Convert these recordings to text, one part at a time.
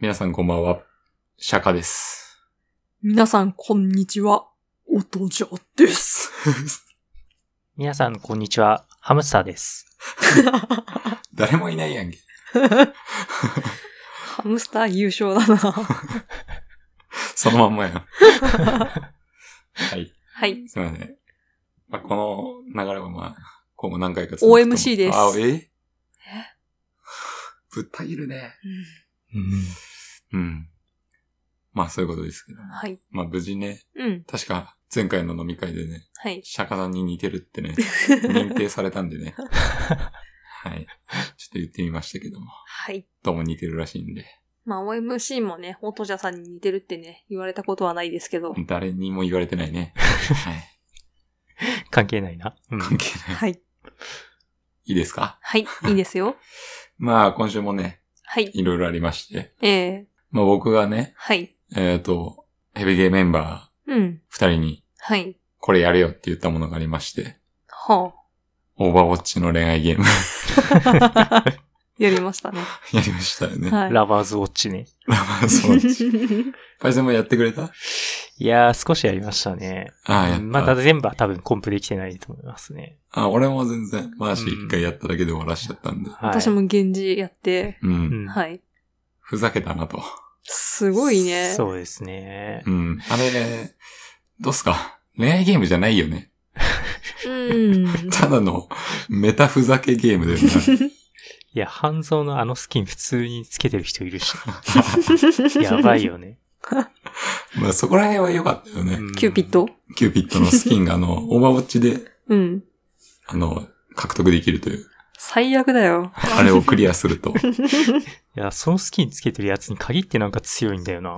皆さんこんばんは。釈迦です。 皆さん、こんにちは。おとじゃです。皆さん、こんにちは。ハムスターです。ハ誰もいないやんけ。ムスター優勝だな。そのまんまやん。はい。はい。すいません。まあ、この流れはまあ、今後何回か OMC ですあ、えぶった切るね。うん。まあ、そういうことですけど。はい。まあ、無事ね、うん。確か前回の飲み会でね、 はい。釈迦さんに似てるって ね、認定されたんでね。はい。ちょっと言ってみましたけども。はい。どうも似てるらしいんで。まあ、OMC もね、おとじゃさんに似てるってね、言われたことはないですけど。誰にも言われてない ね。はい。関係ないな。うん関係ない。はい。いいですかはい。いいですよ。まあ、今週もね、はい。いろいろありまして。ええまあ、僕がね、はい。えっ、と、ヘビゲーメンバーうん。二人に、はい。これやれよって言ったものがありまして、はオーバーウォッチの恋愛ゲーム あ。やりましたね。やりましたよね。はい。ラバーズウォッチね。 まあ、そう。 パイセンもやってくれたいやー、少しやりましたね。ああ、やった。まだ全部は多分コンプできてないと思いますね。あ、俺も全然、マーシー一回やっただけで終わらしちゃったんで。はい、私も源氏やって、うん。うん、はい。ふざけたなと。すごいね。そうですねう。ん。あれね、どうっすか恋愛ゲームじゃないよね。 うん。ただのメタふざけゲームだよね。いや、半蔵のあのスキン普通につけてる人 いるし。やばい。よね。まあそこら辺は良かったよね。うんキューピッ。ドキューピッドのスキンがあの、オーバーウォッチで、うん。あの、獲得できるという。最悪だよ。あれをクリアする と。いや、そのスキンつけてるやつに限ってなんか強いんだ よな。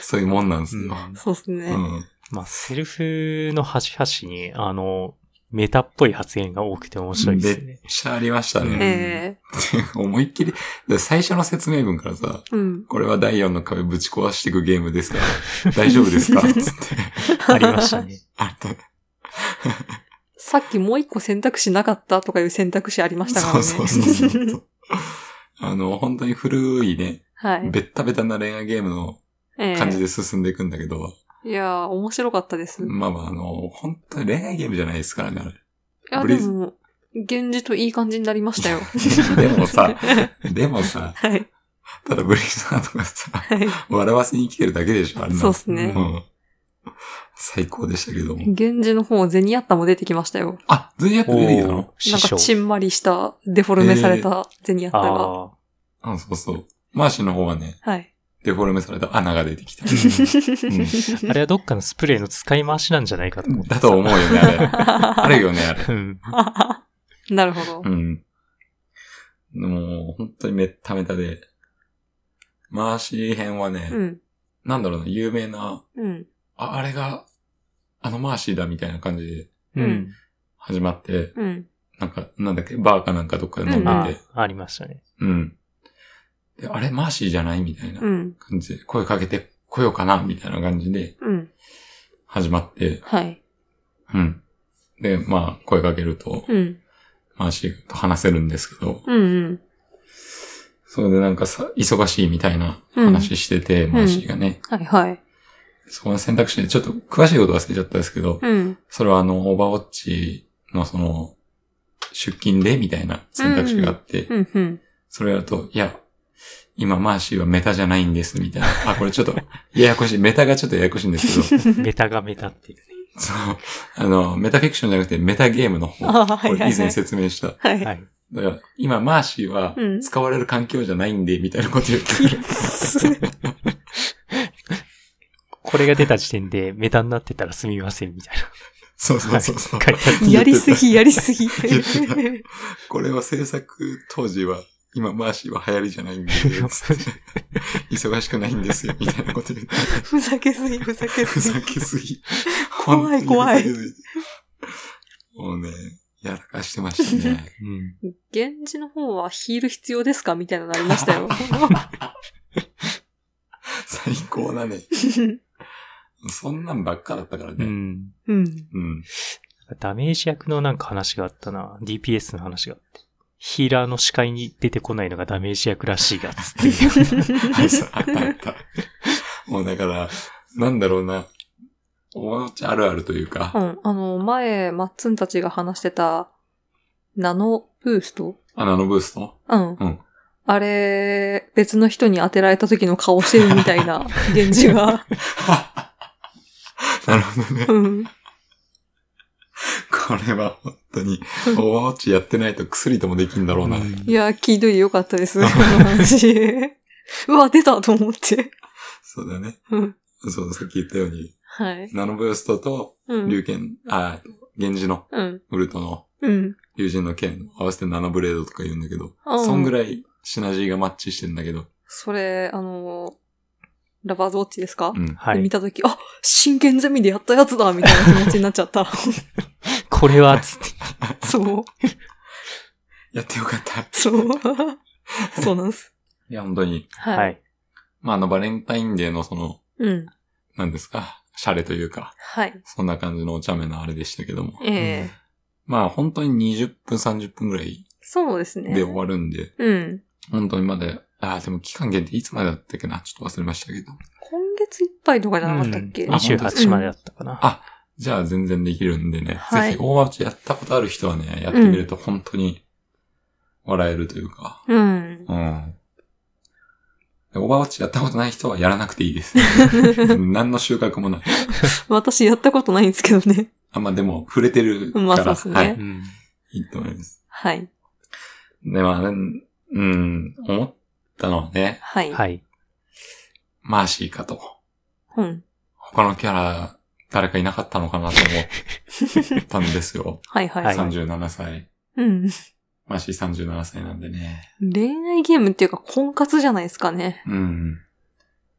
そういうもんなんすうよ。んそうっすね。うん。まあ、セルフの端々に、あの、メタっぽい発言が多くて面白いですめっね。ちゃありましたね。え え思いっきり。で最初の説明文からさ、うん。これは第4の壁ぶち壊していくゲームです から、大丈夫ですかつって。ありましたね。あとさっきもう一個選択肢なかったとかいう選択肢ありましたからそうね。そうそうそう。あの、本当に古いね、 はい。ベッタベタな恋愛ゲームのええ感じで進んでいくんだけど、いやー、面白かったです。いまあまあ、あの、本当に恋愛ゲームじゃないですからね、あれ。や、ブリでズも、現実といい感じになりましたよ。 でもさ、でもさ、はい。ただブリザードがさ、は笑わせに来てるだけでしょ、あれい。なそうっすね。うん。最高でしたけども。現実の方、ゼニアッタも出てきましたよ。あ、全員やって出てきたおーの師なんか、匠。ちんまりした、デフォルメされたゼニアッタが。ああ。うん、そうそう。マーシーの方はね、はい。デフォルメされた穴が出てき た。あれはどっかのスプレーの使い回しなんじゃないかと思ってだと思うよね、 あれ。あるよね、あれ。うん。なるほどう。ん。もう、本当にめっためたで。マーシー編はね、うん。なんだろうな、有名な、うん。あ、あれが、あのマーシーだみたいな感じでううんん。始まって、うん。なんか、なんだっけ、バーかなんかどっかで飲んあでて、あ、ありました ね。うん。で、あれマーシーじゃないみたいなうん。感じで、声かけてこようかなみたいな感じでうん。始まって、はい。うん。で、まあ、声かけると、うん。マーシーと話せるんですけど、うんうん。それでなんかさ、忙しいみたいなうん話してて、マーシーがね、はいはい。そこの選択肢でちょっと詳しいこと忘れちゃったんですけど、うん。それはあの、オーバーウォッチのその、出勤でみたいな選択肢があって、うんうん。それやると、いや、今マーシーはメタじゃないんです、みたいな。あ、これちょっと、ややこしい。メタがちょっとややこしいんです けど、メタがメタっていうね。そう、あの、メタフィクションじゃなくてメタゲームの方。あーはいこはいはれい以前説明した。はい。はい。だから、今マーシーはうん使われる環境じゃないんで、みたいなこと言ってる。これが出た時点でメタになってたらすみません、みたいな。そうそうそうそう。書いてある やりすぎ、やりすぎ。言ってたこれは制作当時は、今マーシーは流行りじゃない んで、つって 忙しくないんですよ、みたいなこと言って。ふざけすぎ、ふざけふすざぎ。けすぎ。怖い怖い本当にふざけすぎ。もうね、やらかしてましたね。 うん。現地の方はヒール必要ですかみたいなのありましたよ。最高だね。そんなんばっかだったからうね。ん。うん。 うん。ダメージ役のなんか話があったな。DPS の話があって。ヒーラーの視界に出てこないのがダメージ役らしいが、つって。あれさ、あったあった。もうだから、なんだろうな。おもちゃあるあるというか。うん。あの、前、マッツンたちが話してた、ナノブーストあ、ナノブース トうん。うんあれ、別の人に当てられた時の顔してるみた いな現地が。なるほどね。うん。これは本当に、おもちゃやってないと薬ともできんだろうな。いや、聞いといてよかった です。この話。うわ、出たと思って。そうだね。うん。そう、さっき言ったように、はい。ナノブーストと、うん。竜剣、あ、源氏の、うん。ウルトの、うん。竜神の剣、合わせてナノブレードとか言うんだけど、うんそんぐらいシナジーがマッチしてんだけど、それ、あの、ラバーズウォッチですか、うん。は見い。た時あ、真剣ゼミでやったやつだみたいな気持ちになっちゃった。これは、つって。そう。やってよかった。いそう。そうなんです。や、本当に。はい。はい。まあ、あの、バレンタインデーのその、うん。なんですか、シャレというか、はい。そんな感じのお茶目なあれでしたけども。ええうんまあ、本当に20分、30分ぐらいそうですね。で終わるんで、うん。本当にまだ、ああ、でも期間限定いつまでだったっけなちょっと忘れましたけど。今月いっぱいとかじゃなかったっけ、うんあ本当です28までだったかな。あじゃあ全然できるんでね、はいぜひ、大町やったことある人はね、やってみると本当に笑えるというか、うん。うん。オーバーウォッチやったことない人はやらなくていい です。何の収穫もない。私やったことないんですけどね。あ、まあでも、触れてるから、まあそうっすねはうい。ん。いいと思います。はい。で、まあ、うんうん、思ったのはね、はい。はい。マーシーかと。うん。。他のキャラ、誰かいなかったのかなと思ったんですよはい はいはい。 37歳。うん。マーシー37歳なんでね。恋愛ゲームっていうか婚活じゃないですかね。うん。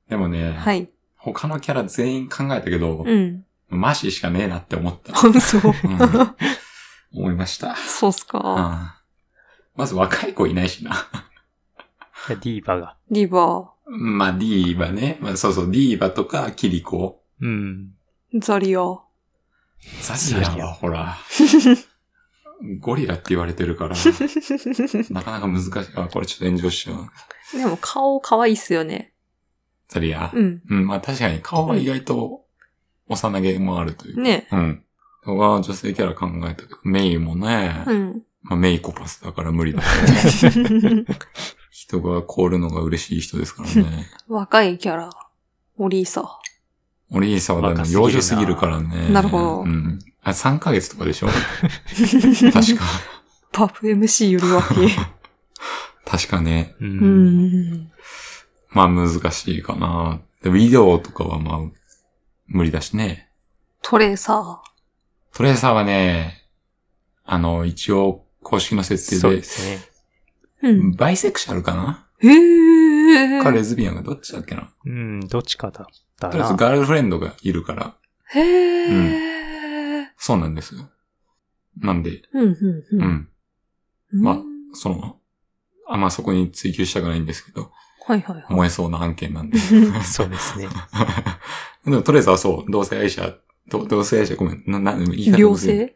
でもね、はい。他のキャラ全員考えたけど、うん。 マーシーしかねえなって思った。そう。うん思いました。そうっすか。まず若い子いないしな。 ディーバが。リバまあ、ディーバね。まあ、そうそう、ディーバとか、キリコ。うん。ー、ザリア。 ザジアザジアは、ほら。ゴリラって言われてるから、なかなか難しい。あ、これちょっと炎上しちゃう。でも顔可愛いっすよね。ザリア。うん。うん、まあ確かに顔は意外と幼げもあるというか。ね。うん。僕は女性キャラ考えたけど、メイもね、 うん。まあ、メイコパスだから無理 だ。人が凍るのが嬉しい人ですからね。若いキャラ。オリーサ。お兄さんはでも若すぎるな幼女すぎるからね。なるほどうん。あ、3ヶ月とかでしょ 確か。パフ MC より若い。確かね。うう。ん。まあ難しいかな。でも、医療とかはまあ、無理だしね。トレーサトレーサーはね、あの、一応、公式の設そう定でで、すね。ー。うん。バイセクシャルかな、へえ。かレズビアンがどっちだっけなうん、どっちかだったとりあえずな。ガールフレンドがいるから、へえ。そうなんですよ。なんで、うん、うん、ううん。ん。まあその、あんまそこに追求したくないんですけど、はいはいはい。燃えそうな案件なんで。そうですね。 でも、とりあえずはそう、同性愛者、ど同性愛者ごめん、な、な、言い方良むずい性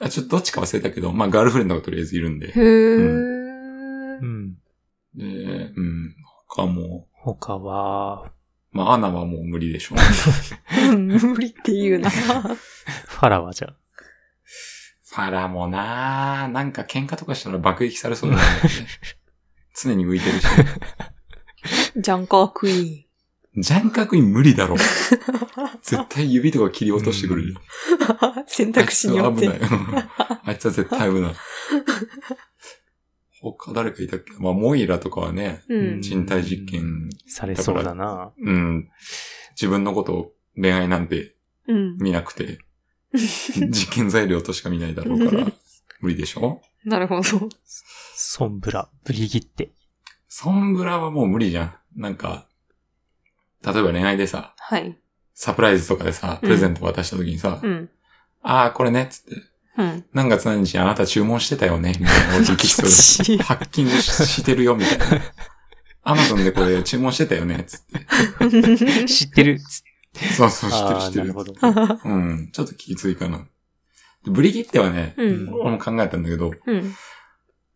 あ、ちょっとどっちか忘れたけど、まあ、ガールフレンドがとりあえずいるんで。へで、ーう。ん。うん、他も、他は、まあ、アナはもう無理で しょう、うん無理って言うな。ファラはじゃファラもなぁ、なんか喧嘩とかしたら爆撃され そうだなと思って。常に浮いてるし。ジャンカークイーン。ジャンカクイン無理だろ。絶対指とか切り落としてくるよ。 選あい択肢つによはっ危てな。い。あいつは絶対危ない。他誰かいたっけまあ、モイラとかはね、うん。人体実験、されそうだな。うん、自分のことを恋愛なんてうん。見なく て、実験材料としか見ないだろうから、無理でしょなるほど。ソンブラ、ブリギッテ。ソンブラはもう無理じゃん。なんか、例えば恋愛でさ、はい。サプライズとかでさ、プレゼント渡した時にさ、うん。ああ、これね、つって、うん。何月何日にあなた注文してたよね、みたいなこと聞きそうだし しい。ハッキングししてるよ、みた いな。アマゾンでこれ注文してたよね、つって。知ってる。つそうそう、知ってるあ知あ、ってなるる。ほど。うん、ちょっと気づいかな。でブリギッテはね、うん。俺も考えたんだけど、うん。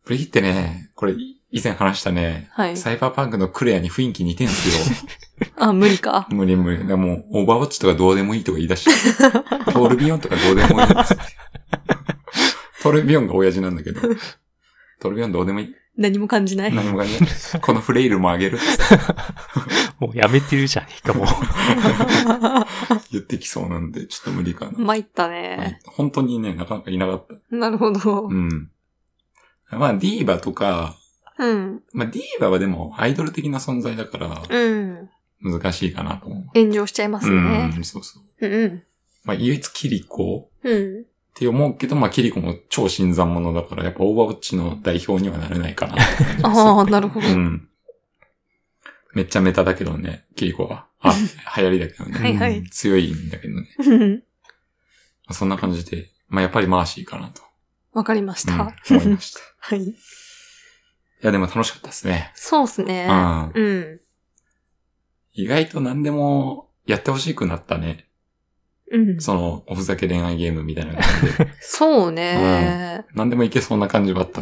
ブレヒってね、これ以前話したね、はい。サイバーパンクのクレアに雰囲気似てんすよ。 あ、無理か。無理無理。だからもう、オーバーウォッチとかどうでもいいとか言い出 して。トールビヨンとかどうでもいいっつって。トールビヨンが親父なんだけど。トールビヨンどうでもいい。何も感じない。何もがね。このフレイルもあげるっつってもうやめてるじゃねえか、もう。言ってきそうなんで、ちょっと無理かな。参ったはいね。本当にね、なかなかいなかった。なるほどう。ん。まあ、ディーバとか、うん。まあ、ディーバはでもアイドル的な存在だから、うん。難しいかなと思炎上しちゃいまう。すね。うん、そうそう。うんうん。まあ、唯一キリコうん。って思うけど、まあ、キリコも超新参者だから、やっぱオーバーウォッチの代表にはなれないか なって感じです。ああ、なるほど。うん。めっちゃメタだけどね、キリコは。あ、流行りだけどね。はいはいうん強いんだけどね。うんまあそんな感じで、まあ、やっぱりマーシーかなと、わかりましうんた。思いました。いはい。や、でも楽しかったですね。そうっすうね。ん。うん。意外と何でもやってほしくなったね。うん。その、おふざけ恋愛ゲームみたいな感じで。そうね。何でもいけそうな感じはあった。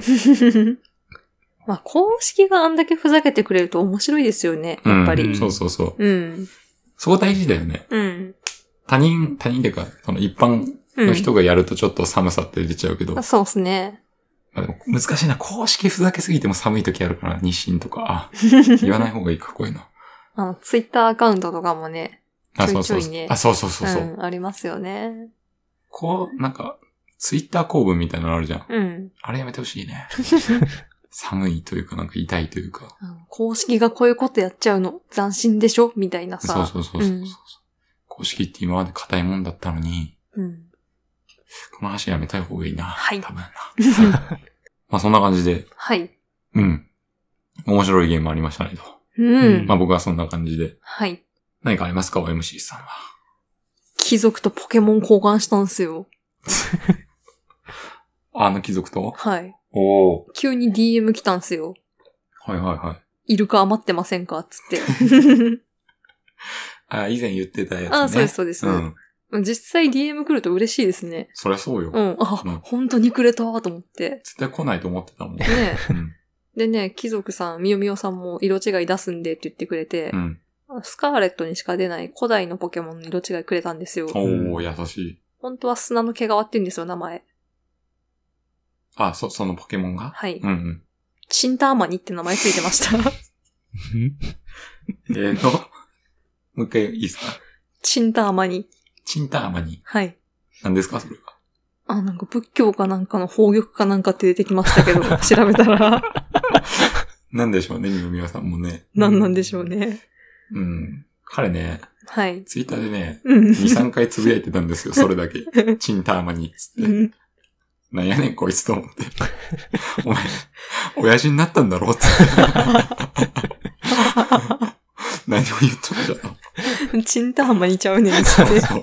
まあ、公式があんだけふざけてくれると面白いですよね。やっぱうりん。そうそうそう。うん。そこ大事だよね。うん。他人、他人っていうか、その一般うのん。人がやるとちょっと寒さって出ちゃうけど、あそうっすね。まあでも難しいな。公式ふざけすぎても寒い時あるから、日清と か、あ言わない方がいいか、こういうの。あの、ツイッターアカウントとかもね。あ、ちそうょいちょそういそうね。あ、そうそうそうそう、うん、ありますよね。こう、なんか、ツイッター公文みたいなのあるじゃん。うん。あれやめてほしい ね。寒いというか、なんか痛いというか。あの公式がこういうことやっちゃうの斬新でしょみたいなさ。そうそうそうそうそう、うん公式って今まで硬いもんだったのに、うん。 この話やめた方がいいな。はい多分な。まあそんな感じで、はい。うん。面白いゲームありましたねと。うん。うんまあ僕はそんな感じで。はい。何かありますか ?OMC さんは。貴族とポケモン交換したんすよ。あの貴族とはい。おお。急に DM 来たんすよ。はいはいはい。イルカ余ってませんかつって。 あ、以前言ってたやつね。あそうです、そうです。うん。実際 DM 来ると嬉しいですね。そりゃそうよ、うん。あ、うん本当にくれたと思って。絶対来ないと思ってたもん。ね。うん。でね、貴族さん、みよみよさんも色違い出すんでって言ってくれてう、ん。スカーレットにしか出ない古代のポケモンの色違いくれたんですよ。おお優しい。本当は砂の毛皮って言うんですよ、名前。あ、そ、そのポケモンがはい。うんうん。チンターマニって名前ついてました。 えーと、 もう一回いいですかチンターマニ。チンターマニ。はい。何ですかそれは。あ、なんか仏教かなんかの宝玉かなんかって出てきました けど、調べたら、なんでしょうね、みよみよさんもね。何なんでしょうね。うん。彼ね、はい。ツイッターでね、うん。 2、3回つぶやいてたんですよ、それだ け。チンターマニっつって。うんなんやねん、こいつと思って。 お前、親父になったんだろうって。 何を言っとるじゃん。チンターマニちゃうねんっつっ て。そう。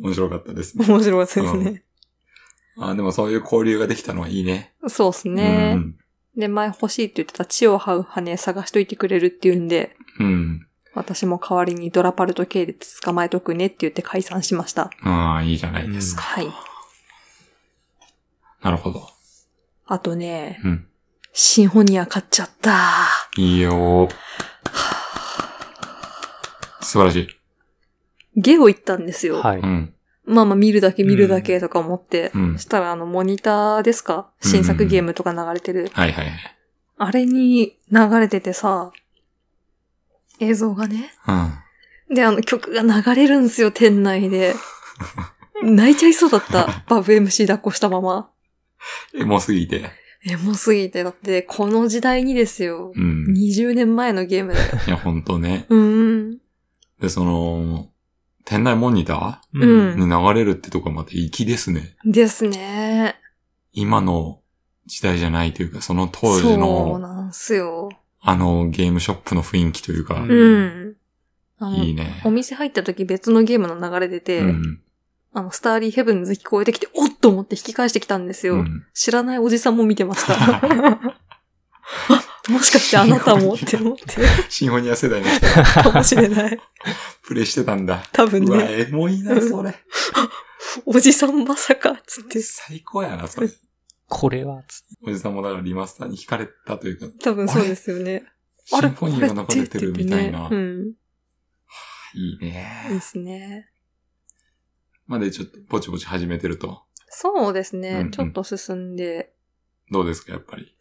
面白かったですね。面白かったですね。あでもそういう交流ができたのはいいね。そうですね。うん。で、前欲しいって言ってた血を這う羽探しといてくれるって言うんで、うん。私も代わりにドラパルト系で捕まえとくねって言って解散しました。ああ、いいじゃないですか。はい。なるほど。あとね、うん。シンフォニア買っちゃった。いいよー素晴らしい。ゲオ行ったんですよ。はい。うん。まあまあ見るだけ見るだけとか思って、うんそ。したらあのモニターですかうん新作ゲームとか流れてる。はいはいはい。あれに流れててさ、映像がね。うん。で、あの曲が流れるんすよ、店内で。 泣いちゃいそうだった。バブ MC 抱っこしたまま。エモすぎて。エモすぎて、だって、この時代にですよ。うん。い20年前のゲームだよ。や、ほんとね。うーん。で、その、店内モニタうんーに流れるってとこがまた粋ですね。ですね。今の時代じゃないというか、その当時そうの、なんすよ。あのゲームショップの雰囲気というか、ううん。あのいいねお。店入った時別のゲームの流れ出て、うん。あの、スターリーヘブンズ聞こえてきて、おっと思って引き返してきたんですよ。うん知らないおじさんも見てました。 あもしかしてあなたもって思ってるシンフォニア世代の人がかもし れない。プレイしてたんだ。多分うわ、ね、エ モいな、それ。おじさんまさか、つって。最高やな、それ。これは、つおじさんもだからリマスターに惹かれたというか、多分そうですよね。シあれンフォニーが流れてるみたいな。これってってねいいうん。いいでね。すね。までちょっとぼちぼち始めてると。 そうですね。うんうんちょっと進んで。どうですか、やっぱり。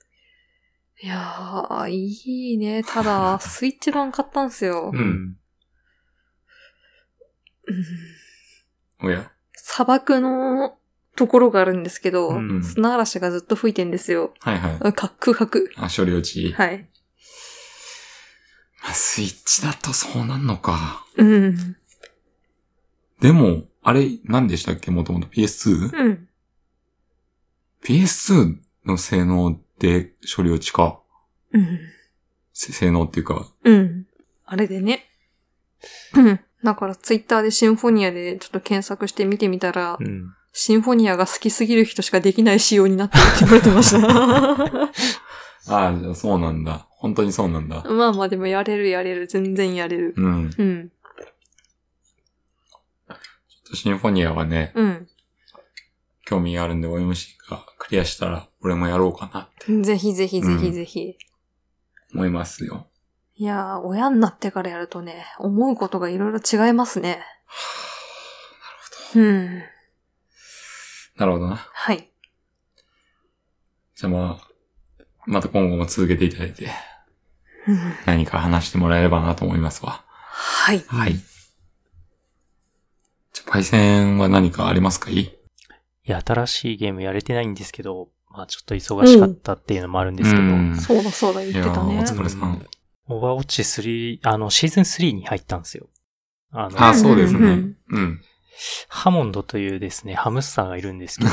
いやー、いいね。ただ、スイッチ版買ったんすよ。ううんん。んおや。砂漠のところがあるんですけど、うん砂嵐がずっと吹いてんですよ。はいはい。うんかっくかく。あ、処理落ち。はい。まあスイッチだとそうなんのか。うん。でも、あれ、何でしたっけもともと PS2?PS2 うん。の性能で処理落ちか。うん。せ性能っていうか、うん。あれでね。うん。だからツイッターでシンフォニアでちょっと検索して見てみたら、うん。シンフォニアが好きすぎる人しかできない仕様になってるって言われてました。ああ、じゃあそうなんだ。本当にそうなんだ。まあまあでもやれるやれる。全然やれる。うん。ちょうん。っとシンフォニアはね、うん。興味があるんで OMC がクリアしたら俺もやろうかなってぜひぜひぜひぜひ。思いますよ。いやー、親になってからやるとね、思うことがいろいろ違いますね。うん。なるほどな。はい。じゃあまあ、また今後も続けていただいてうん何か話してもらえればなと思いますわ。はい。はい。じゃあ、パイセンは何かありますかいいや、新しいゲームやれてないんですけど、まあちょっと忙しかったっていうのもあるんですけど、うんそうだそうだ、言ってたいやーねお。疲れさん。オーバーウォッチ3、あの、シーズン3に入ったんですよ。あの、あ、そうですうんうねん。うん。ハモンドというですね、ハムスターがいるんですけど、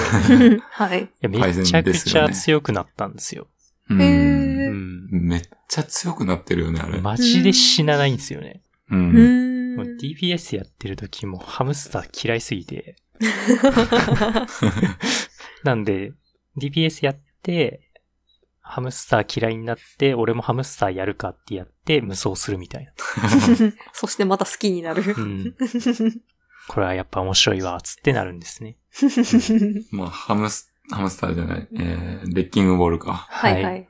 はい。いやめちゃくち改善ですよゃね強くなったんですよ。うへんーうん。めっちゃ強くなってるよね、あれ。マジで死なないんですよね。う。うんーんもう DPS やってる時もハムスター嫌いすぎて、なんで、DPS やって、ハムスター嫌いになって、俺もハムスターやるかってやって、無双するみたいな。 そしてまた好きになる。うん。これはやっぱ面白いわ、つってなるんですね。まあ、ハムス、ハムスターじゃない、えー、レッキングボールか。 はいはい。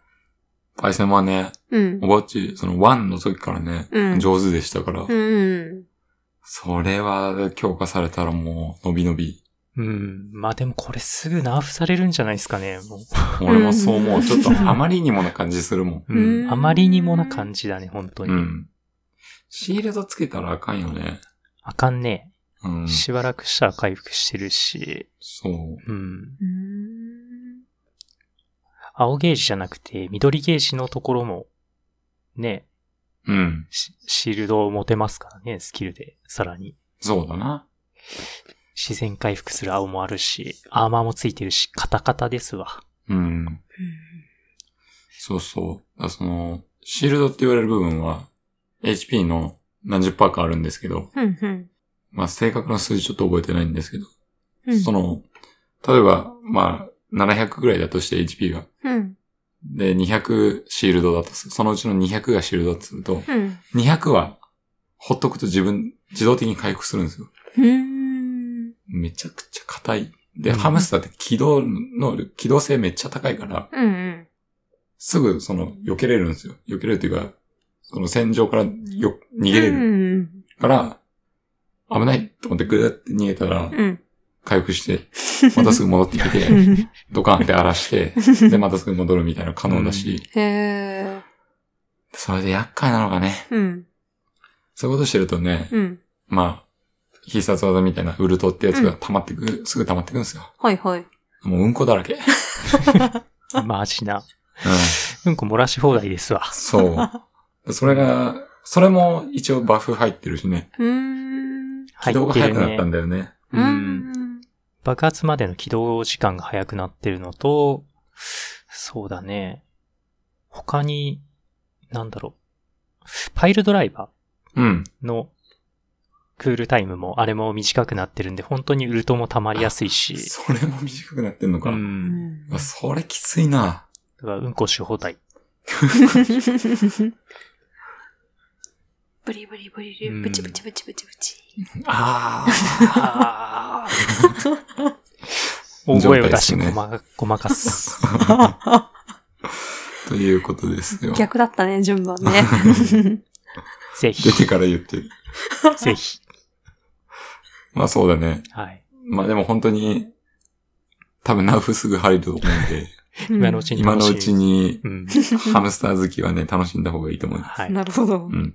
パイセンはね、うんお。ばっち、その1の時からね、うん上手でしたから、うん。それは強化されたらもう、伸び伸び。うん。まあでもこれすぐナーフされるんじゃないですかね、もう。俺もそう思う。ちょっとあまりにもな感じするもん。う。うんんあまりにもな感じだね、本当に。うん。シールドつけたらあかんよね。あかんね。うん。しばらくしたら回復してるし、そう。ううん。ーん青ゲージじゃなくて、緑ゲージのところも、ね、うん。シシールドを持てますからね、スキルで、さらに。そうだな。自然回復する青もあるし、アーマーもついてるし、カタカタで すわ。うん。そうそう。だその、シールドって言われる部分は、HP の何十パーかあるんですけど、うんうんまあ正確な数字ちょっと覚えてないんですけど、うんその、例えば、まあ、700ぐらいだとして HP が。うんで、200シールドだとすそのうちの200がシールドだとすると、うん200は、ほっとくと自分、自動的に回復するんですよ。うーんめちゃくちゃ硬い。で、うんハムスターって起動能力、機動性めっちゃ高いから、うんうんすぐその、避けれるんですよ。避けれるというか、その戦場からよ、逃げれうるんから、危ないと思ってぐーって逃げたら、うん回復して、またすぐ戻ってきて、ドカンって荒らして、で、またすぐ戻るみたいな可能だし、へえそれで厄介なのがね、うんそういうことしてるとね、うんまあ、必殺技みたいなウルトってやつが溜まってく、すぐ溜まってくんですよ。はいはいもううんこだらけ。うん。マジな。うんこ漏らし放題ですわ。そう。それが、それも一応バフ入ってるしね。うーん軌入道っがて速くるなったんね。だよね。ううん爆発までの起動時間が早くなってるのと、そうだね。他に、なんだろう。パイルドライバうん。ーのクールタイムも、あれも短くなってるんで、本当にウルトも溜まりやすいし。それも短くなってんのか。う。うんわそれきついな。だからうんこし放題。ブリブリブリブリブチブチブチブチブチああ。大声状態を出しごですねま、ごまか す。ということですよ。逆だったね、順番ね。ぜひ出、てから言ってる。ぜひ。まあそうだね。はい。まあでも本当に、多分ナウフすぐ入ると思うんで、今のうちに今楽のしうみ。ちにうん。ハムスター好きはね、楽しんだ方がいいと思います。はい。なるほどう。ん。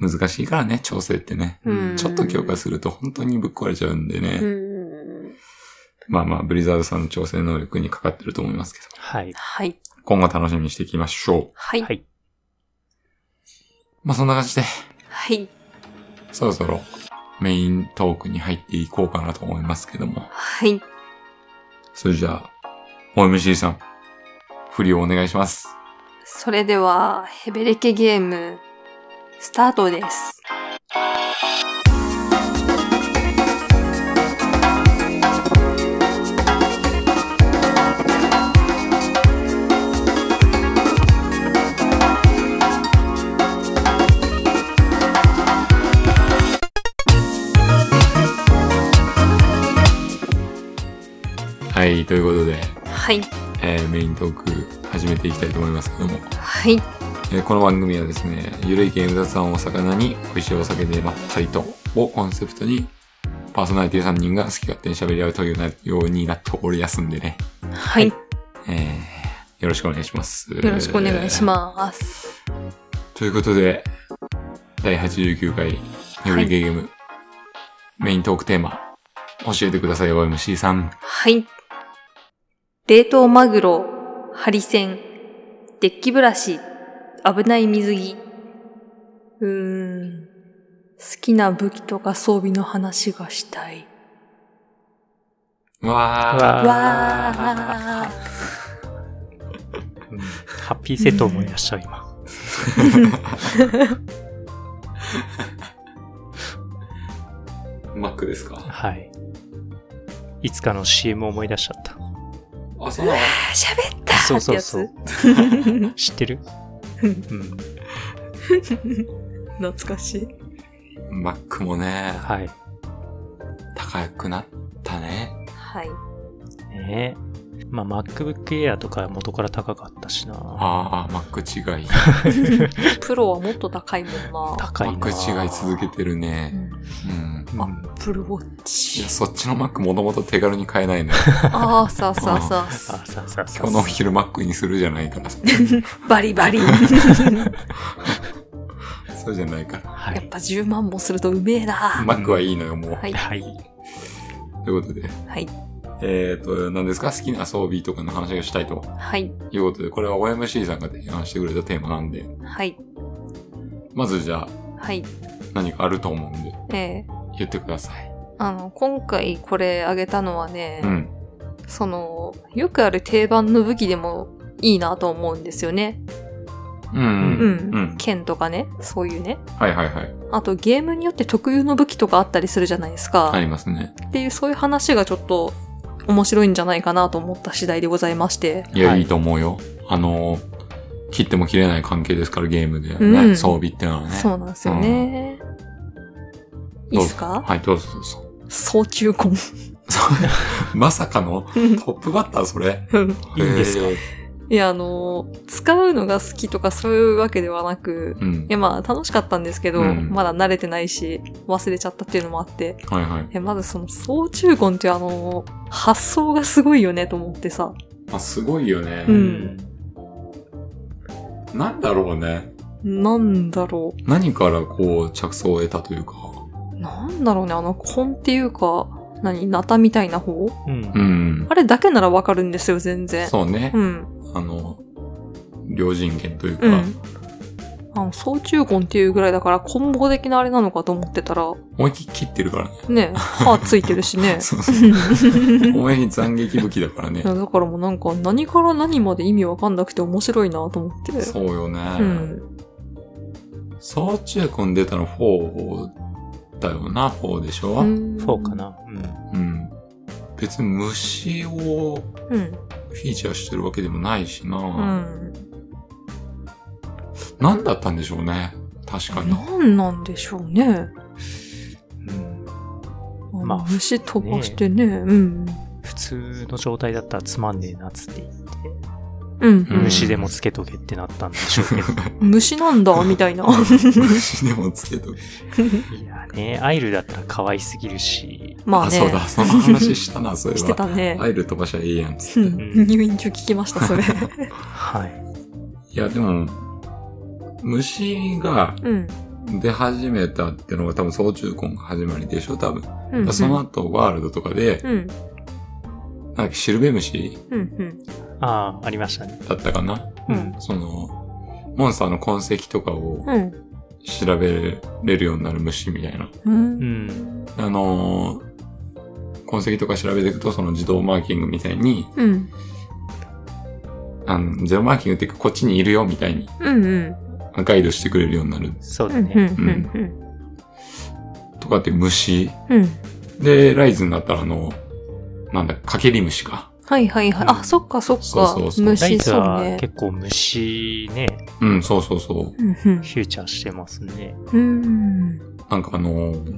難しいからね、調整ってね。うんちょっと強化すると本当にぶっ壊れちゃうんでね。うんまあまあ、ブリザードさんの調整能力にかかってると思いますけど。はい。はい。今後楽しみにしていきましょう。はい。はい。まあそんな感じで、はい。そろそろメイントークに入っていこうかなと思いますけども。はい。それじゃあ、OMC さん、振りをお願いします。それでは、ヘベレケゲーム、スタートです。はい、ということで、はい。えーメイントーク始めていきたいと思いますけども、はい。えーこの番組はですね、ゆるいゲーム雑談を魚に美味しいお酒でまったりとをコンセプトに、パーソナリティ3人が好き勝手に喋り合うという内容になっておりやすんでね、はい。よえーよろしくお願いします。よろしくお願いしす。ます。ということで、第89回ゆるいゲーム、メイントークテーマ、教えてください、OMC さん。はい。冷凍マグロ、ハリセン、デッキブラシ、危ない水着。うーん。好きな武器とか装備の話がしたい。わー。わーわー。うんハッピーセット思い出しちゃう、今。マックですかはい。いつかの CM を思い出しちゃった。 あ、そうなのあ喋ったそうってそうやそうつ。 知ってるうんうん。 懐かしい。マックもね、はい。高くなったね。はい。ねえ。まあ、MacBook Air とか元から高かったしな。ああ、マック違い。プロはもっと高いもんな。高いマな。ック違い続けてるね。うん。うん。プルウォッいチや、。 そっちのマックもともと手軽に買えない のよ。ああ、さあさあさああ、ささあさあさ今日のお昼マックにするじゃない から。あ。バリバリ。そうじゃないから。はやっい。ぱ10万もするとうめえな。マックはいいのよ、もう。はい。はい。ということで。はい。えっ、ー、と、何ですか好きな装備とかの話がしたいとはい。いうことで、これは OMC さんが提案してくれたテーマなんで、はい。まずじゃあ、はい。何かあると思うんで、え言ってください。ーあの、今回これあげたのはね、うん。その、よくある定番の武器でもいいなと思うんですよね。うん。うん。うん。剣とかね、そういうね。はいはいはい。あとゲームによって特有の武器とかあったりするじゃないですか。ありますね。っていう、そういう話がちょっと面白いんじゃないかなと思った次第でございまして。いや、はいい、いと思うよ。あの、切っても切れない関係ですから、ゲームで、ねうん装備ってのはね。そうなんですよね。いいっすどうぞかはい、どうぞどうぞ。 総中婚。そうまさかのトップバッター、それ。うんいいんですかえー いや、あのー使うのが好きとかそういうわけではなく、うんい。やまあ楽しかったんですけど、うんまだ慣れてないし、忘れちゃったっていうのもあって、はいはい。えまずその総中婚っていうあのー発想がすごいよねと思ってさ。まあ、すごいよね。うんなんだろうね。なんだろ何からこう、着想を得たというか。う。なんだろうね、あの、婚っていうか、何、ナタみたいな方うん。うん。あれだけならわかるんですよ、全然。そうねう。ん。あの、両人権というか。うん。あの、総中婚っていうぐらいだから、棍棒的なあれなのかと思ってたら、思いっきり切ってるからね。ね、歯ついてるしね。 そうそう。 思いっきり斬撃武器だからねい。やだからもうなんか何から何まで意味わかんなくて面白いなと思って。そうよね。うん。総中君出たの4だよな、4でしょ、うん、そうか。な。うん。別に虫をうん。フィーチャーしてるわけでもないしうな。ん。何、ん、だったんでしょうね。確かに。なんなんでしょうね。うんあのまあ虫飛ばしてね。うん。普通の状態だったらつまんねえなっつって言って、うんうん虫でもつけとけってなったんでしょう けど。虫なんだ、みたいな。虫でもつけとけ。いやね、アイルだったら可愛すぎるし、 まああ、ね。そうだ、その話したな、そうい しえてば。たね。アイル飛ばしゃええやん、つうって。ん入院中聞きました、それ。はい。いや、でも、虫がうん。出始めたってのが多分、総中婚が始まりでしょ、多分。うん。その後、ワールドとかで、うん。なんだっけ、シルベムシうん。ああ、ありましたね。だったかな、うんその、モンスターの痕跡とかをうん。調べれるようになる虫みたいな。う。うんん。あのー痕跡とか調べていくと、その自動マーキングみたいに、うん。あの、自動マーキングっていうか、こっちにいるよみたいに、うん。うん。ガイドしてくれるようになる。そううだん。ね。うん。とかっていう虫。うん。で、ライズになったらあの、なんだ、かけり虫か。はいはいはい。あ、そっかそっそうかそう。そうライ虫ズそうはね。結構虫ね、うん、そうそうそう。うんうんフューチャーしてますね。うん。なんかあのー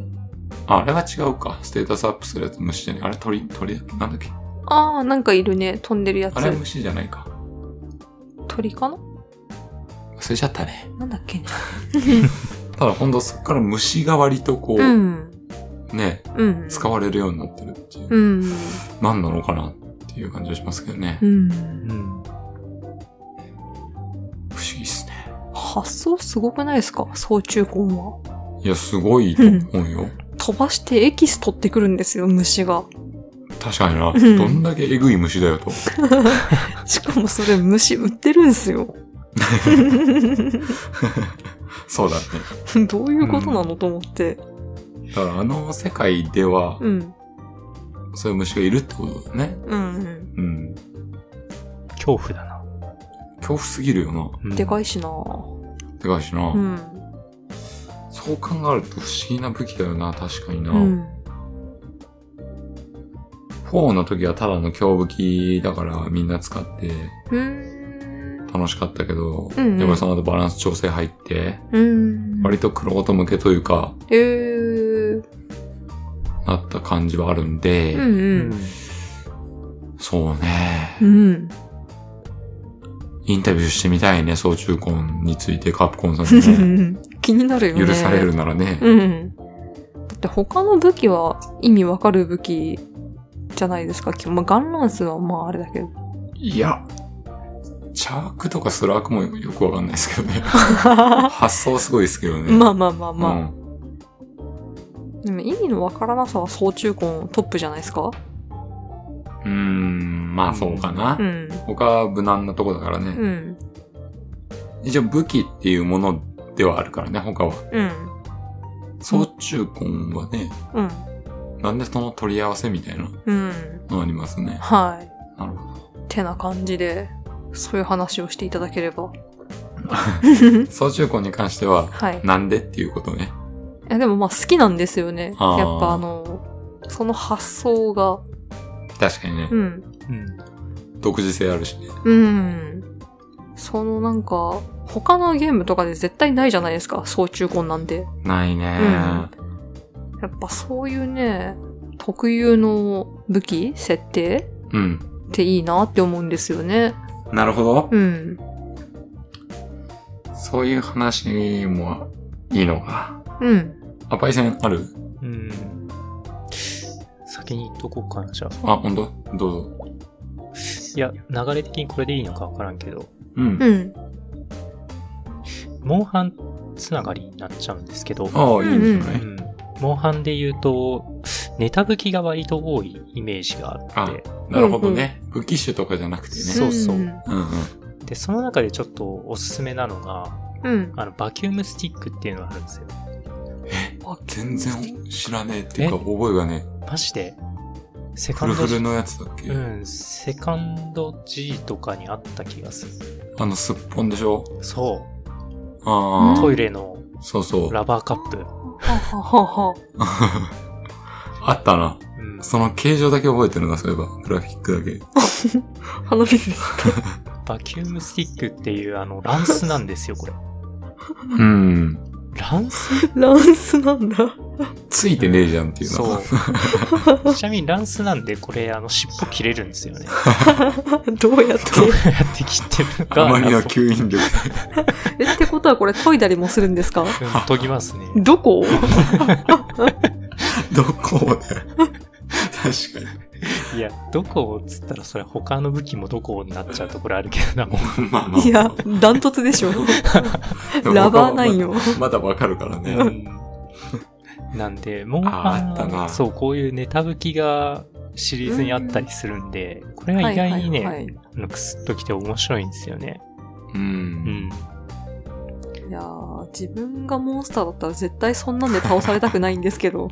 あ、あれは違うか。ステータスアップするやつ虫じゃない。あれ鳥、鳥だっけなんだっけああ、なんかいるね。飛んでるやつあ。れは虫じゃないか。鳥かな忘れちゃったね。なんだっけね。ただほんとそっから虫が割とこう、うん。ね、うん。使われるようになってるっていう。うん。何なのかなっていう感じがしますけどね。うん。ん。不思議っすね。発想すごくないですか総中婚は。いや、すごいと思うよ。飛ばしてエキス取ってくるんですよ、虫 が。確かにな。うんどんだけエグい虫だよ と。しかもそれ虫売ってるんすよ。 そうだね。どういうことなのと思って。だからあの世界では、うん。そういう虫がいるってことだよね。うん。うん。恐怖だな。恐怖すぎるよな。うんでかいしなでかいしな。うん。そう考えると不思議な武器だよな、確かにな。うん。 4の時はただの強武器だからみんな使ってうん。楽しかったけど、うんうんやっぱりその後バランス調整入って、うん。割と黒ごと向けというか、えー。なった感じはあるんで、うんううんん。そうね、うん。インタビューしてみたいね、総中婚についてカプコンさんにね 気になるよね。許されるならね。うん。だって他の武器は意味わかる武器じゃないですか。きまあ、ガンランスはまああれだけど。いや、チャークとかスラークもよくわかんないですけど ね。発想すごいですけどね。まあまあまあまあ。うんでも意味のわからなさは総中婚トップじゃないですかうーん、まあそうかな。うん。他は無難なとこだからね。うん。一応武器っていうものではあるからね、他は。うん。総中婚はね、うん。なんでその取り合わせみたいなうん。のありますね。はい。なるほど。てな感じで、そういう話をしていただければ。総中婚に関しては、はい。いなんでっていうことね。やでもまあ好きなんですよね。やっあーぱあの、その発想が。確かにねう、ん。うん。独自性あるしね。うん。そのなんか、他のゲームとかで絶対ないじゃないですか。総中婚なんて。ないね、やっぱそういうね、特有の武器設定うん。っていいなって思うんですよね。なるほど。うん。そういう話もいいのか。うん。あ、パイセンあるうん。先に言っとこうかな、じゃあ。あ、ほんとどうぞ。いや、流れ的にこれでいいのかわからんけど、うん。うん。モンハンつながりになっちゃうんですけど、ああ、いいんじゃうない、ん。モンハンで言うと、ネタ吹きが割と多いイメージがあって、なるほどね。武器種とかじゃなくてね。そうそうんうんうん。で、その中でちょっとおすすめなのが、うん。あの、バキュームスティックっていうのがあるんですよ。全然知らねえっていうか、覚えがね、マジで、セフカンルドフルのやつだっけ、うん、セカンド G とかにあった気がする。あの、すっぽんでしょそあうんう、あ、トイレのそうそう。ラバーカップ。はははは。 あったな。うん、その形状だけ覚えてるな、そういえば。グラフィックだけ。花火 です。バキュームスティックっていうあの、ランスなんですよ、これ。うん。ランスランスなんだ。 ついてねえじゃんっていうのは。 そう。ちなみにランスなんで、これ、あの、尻尾切れるんですよね。どうやっどうてやって切ってるのか。あまりの謎吸引力で。 えってことはこれ研いだりもするんですかうん研ぎますね。どこどこ だよ確かに。いや、どこをっつったら、それ他の武器もどこになっちゃうところあるけどな、もう。まあまあ。いや、ダントツで しょ。ラバーないよ。まだわかるからね。 なんで、モンあーあったハンなは、そう、こういうネタ武器がシリーズにあったりするんで、これが意外にね、はいはいはいあのクスッときて面白いんですよね。う。うんん。いやー自分がモンスターだったら絶対そんなんで倒されたくないんですけど。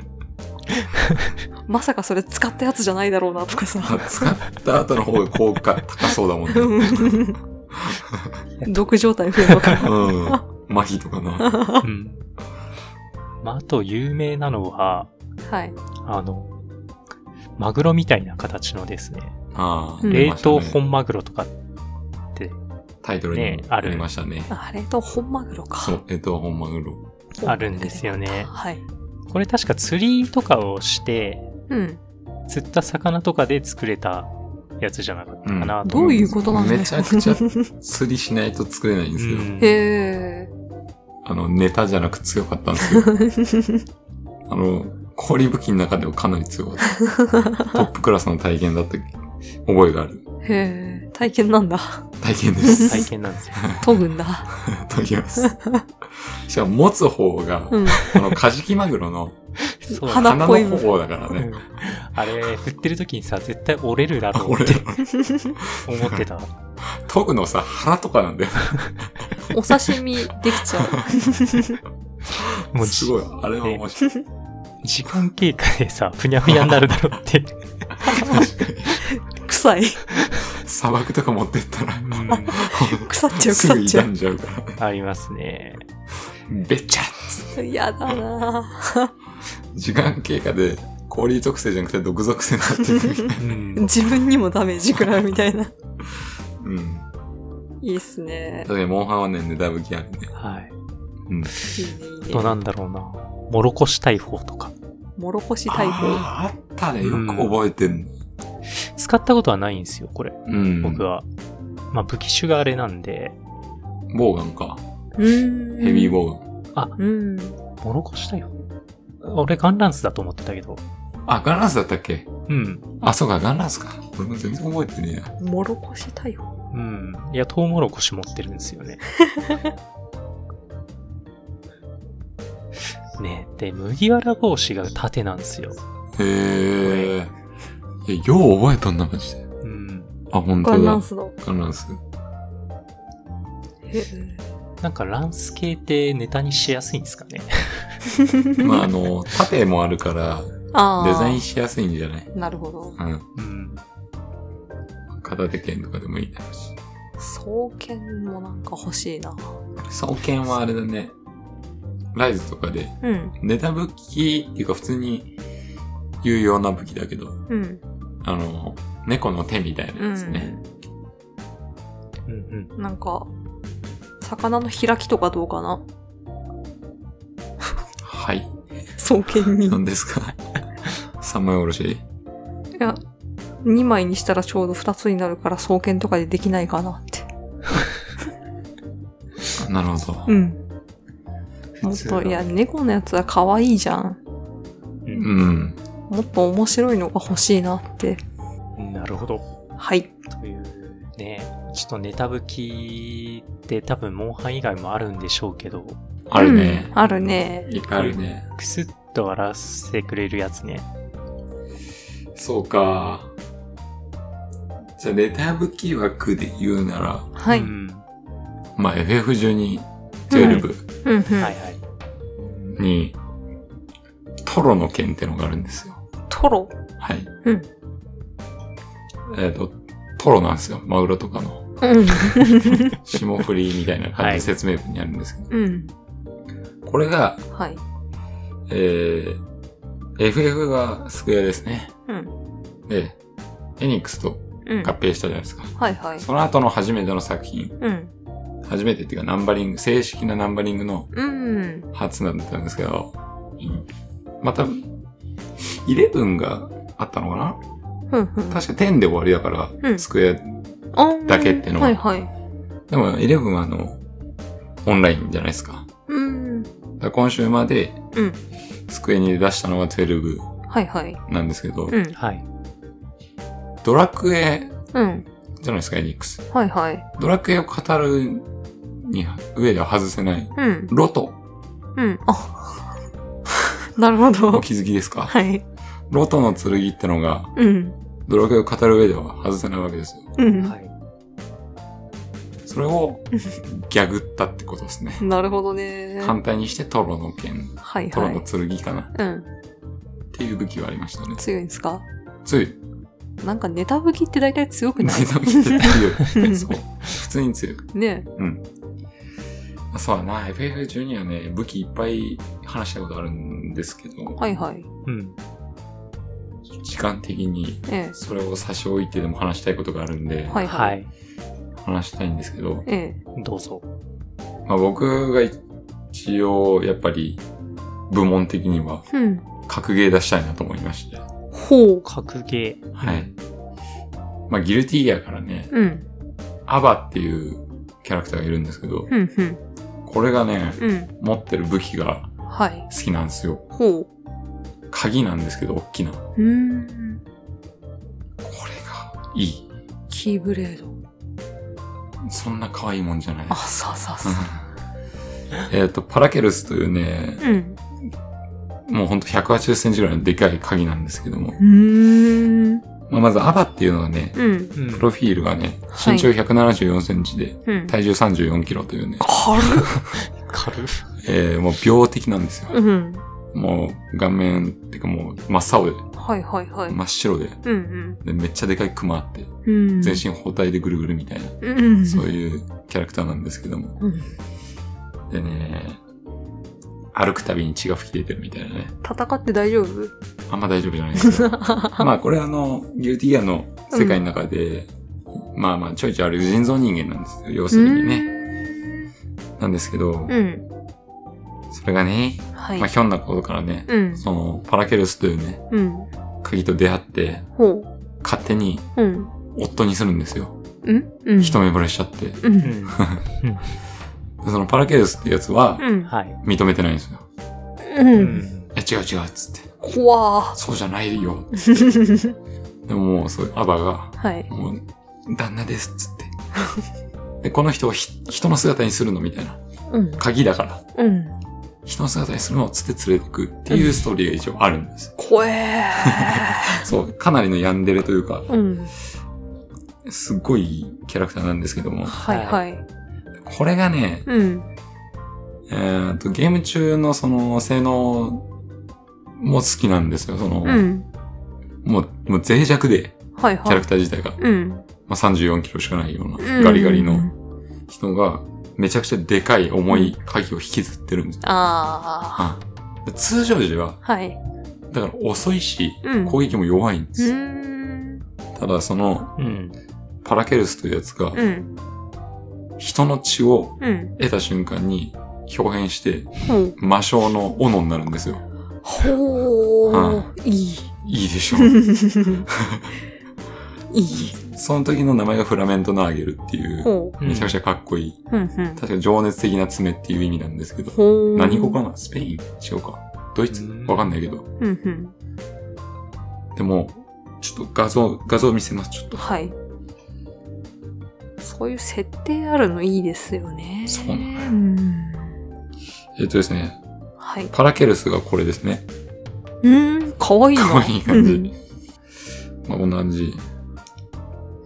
まさかそれ使ったやつじゃないだろうなとかあさ。使った後の方が効果高そうだもんね。ううん毒状態増えるのかな。ん。麻痺とかな。うん。まあ、あと、有名なのは、はい。あの、マグロみたいな形のですね、ああ。うん出冷ましたね凍本マグロとかってタイトルにねもああるりましたね。あれと本マグロそかう。。冷凍本マグロ。あるんですよね。はい。これ確か釣りとかをして、うん。釣った魚とかで作れたやつじゃなかったかなとど思ううんいでうすことなんでめすちかゃくちゃ釣りしないと作れないんですけど、うん へあの、ネタじゃなく強かったんですけど、ー。あの、氷武器の中でもかなり強かった。トップクラスの体験だった覚えがある。へー。体験なんだ。体験です。体験なんですよ。研ぐんだ。と言います。しかも持つ方が、うん。あの、カジキマグロのそう花鼻のっぽい部分方だからうねん。あれ、振ってる時にさ、絶対折れるだろうっ俺て、思ってた。研ぐのさ、鼻とかなんだよ。お刺身できちゃう。も うすじごい。あれは面白い。時間経過でさ、ふにゃふにゃになるだろうって。臭い。砂漠とか持ってったら、腐っちゃう、す腐ぐっちゃ傷。うんじゃうから。ありますね。べちゃっつってやだな時間経過で、氷属性じゃなくて毒属性になってくる。うん。自分にもダメージ食らうみたいな。うん。いいっすね。確かに、モンハンはね、ネタ武器あるね。はい。うん。いいね、いいあねとなんだろうな。もろこし大砲とか。もろこし大砲。あーあったね。よく覚えてんの。使ったことはないんですよ、これ。うん。僕は。まあ、武器種があれなんで、ボウガンか。ヘヘビーボウガン。うん。もろこし大砲俺、ガンランスだと思ってたけど。あ、ガンランスだったっけうん。あ、そうか、ガンランスか。俺も全然覚えてねえや。もろこし大砲。うん。いや、トウモロコシ持ってるんです よね。ねで、麦わら帽子が縦なんですよ。へえ。いや、よう覚えたんだ、マジで。うん。あ、本ガ当ンランだ。スだ。ガンランス。へなんか、ランス系ってネタにしやすいんですかね。まあ、あ の、縦もあるから、ああ。デザインしやすいんじゃないなるほど。うん。うん。片手剣とかでもいいだろうし。双剣もなんか欲しいな。双剣はあれだね。ライズとかで、うん。ネタ武器っていうか普通に有用な武器だけど、うん。あの、猫の手みたいなやつね。うんうん。なんか、魚の開きとかどうかな。はい。双剣に。い何です か三枚おろしや、2枚にしたらちょうど2つになるから双剣とかでできないかなって。なるほど。うん。もっ普通のと、いや、猫のやつは可愛いじゃん。うんうん。もっと面白いのが欲しいなって。なるほど。はい。という、ねちょっとネタ武器って多分、モンハン以外もあるんでしょうけど、あるねうん。あるね。いっぱいあるね。クスッと笑わせてくれるやつね。。そうか。じゃあ、ネタ武器枠で言うなら、はいうん。はまあ、FF12、うんうん。いはい。 12に、トロの剣ってのがあるんですよ。トロ。はい。うんえっ、と、トロなんですよ。マグロとかの。うん。霜降りみたいな感じはでい説明文にあるんですけど。うん。これが、はい。えー、FF がスクエアですね。うん。で、エニックスとうん。合併したじゃないですか。はいはい。その後の初めての作品、うん。初めてっていうかナンバリング、正式なナンバリングのうん。初なんだったんですけど、また、11があったのかなふんふん。確か10で終わりだから、うんスクエア、あーだけってのははいはい。でも11はあの、オンラインじゃないですか。うん。だから今週までうん。スクエアに出したのが12はいはい。なんですけど、うん。はい。ドラクエうん。じゃないですか、エニックス。はいはい。ドラクエを語るに、上では外せない。うん。ロト。うん。あ。 なるほおど。気づきです かはい。ロトの剣ってのが、うん。ドラクエを語る上では外せないわけですよ。うん。はい。それ を、ギャグったってことですね。なるほどね。反対にしてトロの剣、はいトロはのい。剣かなっうん。ていう武器はありましたね。強いんですか強 い。なんかネタ武器って大体強くネないタ武器って強うんい。そう。普通に強い。ねうん。あそうだな、FF ジュニアね、武器いっぱい話したことあるんですけど、はいはい。うん。時間的にえそれを差し置いてでも話したいことがあるんで、はいは。はいい。話したいんですけど、ええ。どうぞ。まあ、僕が一応やっぱり部門的にはうん。格ゲー出したいなと思いまして、ほう。格ゲー。はい。まあギルティギアからね、うん。アバっていうキャラクターがいるんですけど、うん。うん。これがね、うん。持ってる武器がはい。好きなんですよ。ほ鍵なんですけど、大きな。こう。うーん。れがいい。キーブレード。そんな可愛いもんじゃないあ、。さあさあさあ。うん えっと、パラケルスというね、うん。もうほんと180センチぐらいのでかい鍵なんですけどもう、ーん。まあ、まずアバっていうのはね、うん。うん。プロフィールがね、はい身長174センチで、うん。体重34キロというね、軽っ。軽っ。えーもう病的なんですよ。うん。もう顔面、ってかもう真っ青で、はいはいはい。真っ白で、うんでめっちゃでかいクマあって、うん。うん。全身包帯でぐるぐるみたいな、うん。そういうキャラクターなんですけども。うん。でね、歩くたびに血が吹き出てるみたいなね。戦って大丈夫あんま大丈夫じゃないです けど。まあこれあの、ギルティギアの世界の中で、まあまあちょいちょいある人造人間なんですよ。要するにね。ね。なんですけど、うん。それがね、はいまあ。ひょんなことからね、うん。そのパラケルスというね、うん。鍵と出会って、ほ勝手にう。うん。夫にするんですよ。うんうん。一目惚れしちゃって。でう。うんん。そのパラケルスってやつはうん。はい。認めてないんですよ。う。うんん。え、違う違うっつって。怖そうじゃないよ。ーでももうそういうアバが、はい。もう、旦那ですっつって。 で、この人をひ人の姿にするのみたいな。うん。鍵だから。うん。人の姿にするのをつって連れてくっていうストーリーが一応あるん です。怖えそう、かなりのヤンデレというか、 ー。うん。すっごいキャラクターなんですけども、はいはい。これがね、うん。えー、とゲーム中のその性能も好きなんですよ。その、うん。もう、もう脆弱で、はいキャラはいク。ター自体が、うん。まあ、34キロしかないような、ガリガリうのん。人が、めちゃくちゃでかい重い鍵を引きずってるんですよ。あはいで通常時はあ。、はい。だから遅いし、うん攻撃も弱いんでうすよ。ーん。ただ、その、うん。パラケルスというやつが、うん。人の血をうん。得た瞬間に表変してほう。魔性の斧になるんですよ。ほー。 いい。いいで しょいい。その時の名前がフラメントナーゲルっていう、ほめちゃくちゃかっこいい。う。うんうん。確か情熱的な爪っていう意味なんですけど。ほう。何語かなスペイン違うか。ドイツうんわかんないけど。うんうん。でも、ちょっと画像、画像見せます、ちょっと。はい。そういう設定あるのいいですよね。そうなのようん。えっとですね、はい。パラケルスがこれですね。うーん、かわいいな。かわいい感じうんまあ、同じ。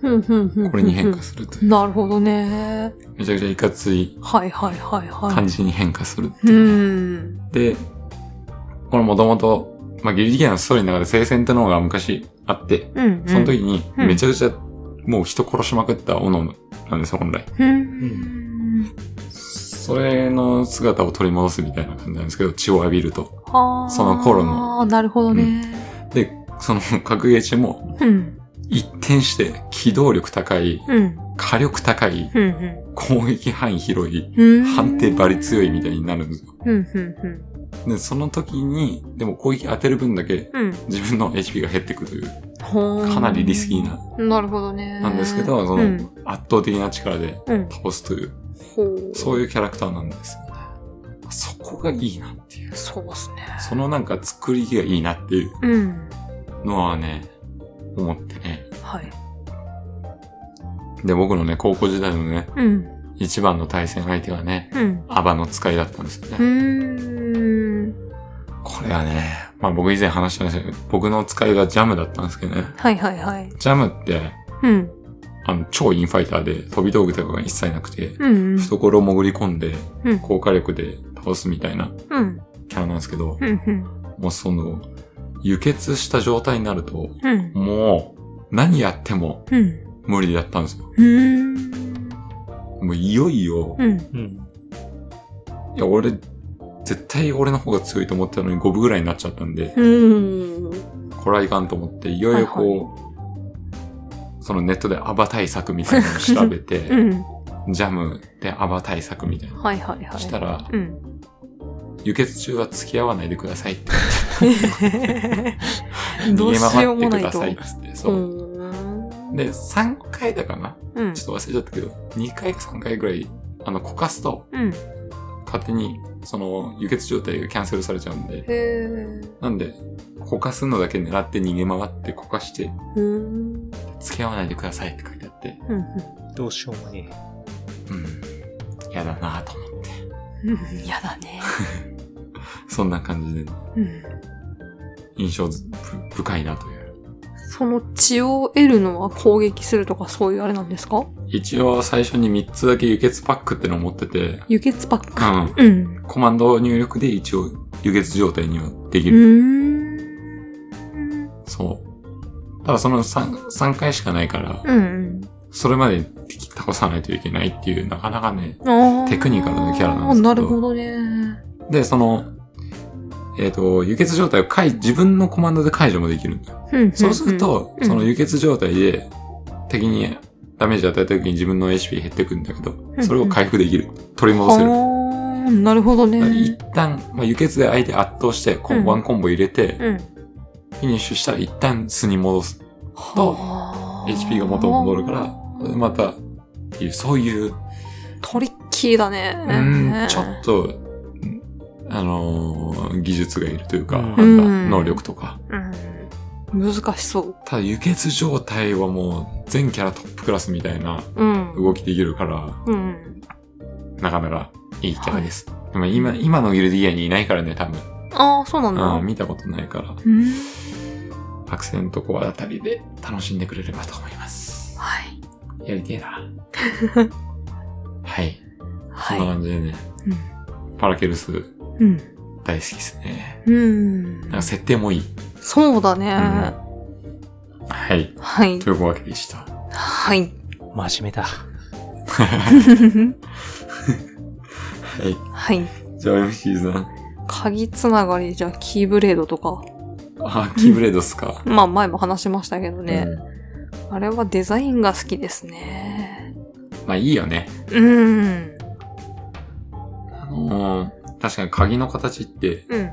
ふんふんふんふん。これに変化するという。なるほどね。めちゃくちゃいかついはいはいはいはい。感じに変化するってういう。ん。で、これもともと、まあ、ギリギリのストーリーの中で聖戦ってのが昔あって、うん、うん。その時にうんめちゃくちゃもう人殺しまくった斧なんですよ、本来。うん。うん。それの姿を取り戻すみたいな感じなんですけど、血を浴びると。はあ。その頃のああ、なるほどね。で、その 格ゲー中もうん。一転して機動力高い、うん。火力高い、うん。うん攻撃範囲広い、うん。判定バリ強いみたいになるんですよ。うん。うん。うん。で、その時に、でも攻撃当てる分だけうん。自分の HP が減ってくるという、ほーんかなりリスキーな、なるほどね。なんですけど、そのうん。圧倒的な力でうん。倒すという、ほう。そういうキャラクターなんですよね。そこがいいなっていう。そうっすね。そのなんか作りがいいなっていううん。のはね、思ってね。はい。で、僕のね、高校時代のね、うん。一番の対戦相手はね、うん。アバの使いだったんですよねう。ーん。これはね、まあ僕以前話したんですけど、僕の使いがジャムだったんですけどね。はいはいはい。ジャムって、うん。あの、超インファイターで飛び道具とかが一切なくて、うん。懐を潜り込んで、うん。高火力で倒すみたいなうん。キャラなんですけど、うん。うん。もうその、輸血した状態になると、うん。もう、何やってもうん。無理だったんですよ。うーん。もういよいよ、うん。うん。いや、俺、絶対俺の方が強いと思ってたのに5分ぐらいになっちゃったんで、うん。これはいかんと思って、いよいよこう、はいそのネットでアバ対策みたいなのを調べて、うん。ジャムでアバ対策みたいな。はいはいはい。したら、うん。輸血中は付き合わないでくださいって。 逃どうげしよう回っもてなくいだと。さいっつって。そう。ん。で、3回だかなうんち。ょっと忘れちゃったけど、2回か3回ぐらい、あの、こかすと、うん。勝手に、その、輸血状態がキャンセルされちゃうんで、へーなんで、こかすのだけ狙って逃げ回って、こかして、うーん。付き合わないでくださいって書いてあって、うんうんどうしようもねうえ。ん、やだなぁと思って。うん。やだね。そんな感じで、うん。印象づぶ深いなという。その血を得るのは攻撃するとかそういうあれなんですか一応、最初に3つだけ輸血パックってのを持ってて、輸血パうッん。ク。うん。コマンド入力で一応輸血状態にはできうる。ん。そう。ただその 3, 3回しかないから、うん。それまで敵倒さないといけないっていう、なかなかね。あーテクニカルなキャラなんですけどなるほどね。で、その、えっ、と、輸血状態を解、自分のコマンドで解除もできるんだよ。うんそうする、と、うんその輸血状態で敵にダメージ与えた時に自分の HP 減ってくんだけどう、んそれを回復できる。取りあ戻せる。あー、なるほどねだ。から一旦、まあ、輸血で相手圧倒して、コンうんワンコンボ入れて、うん。フィニッシュしたら一旦素に戻す。とはあ HP が元に戻るから、また、っていう、そういう、トリッキーだね。うーん、ちょっと、んあのー技術がいるというか、うんなんかうん能力とか。うん。難しそう。ただ、輸血状態はもう、全キャラトップクラスみたいなうん。動きできるから、うん。なかなかいいキャラです。でも今、今のギルディアにいないからね、多分。ああ、そうなんあだ。ー見たことないから、うん。白線とコアあたりで楽しんでくれればと思います。はい。やりてえ な。はい。そはんいな。感じでね、パラケルスうん。大好きですね。うん。なんか設定もいい。そうだね。はい。はい。というわけでした。 はい。真面目だ。はい。はい。じゃあ MC さん。鍵つながりじゃキーブレードとか。あ、キーブレードっすか。まあ前も話しましたけど ね。うんあれはデザインが好きですね。まあいいよね。うん。あのー確かに鍵の形ってうん。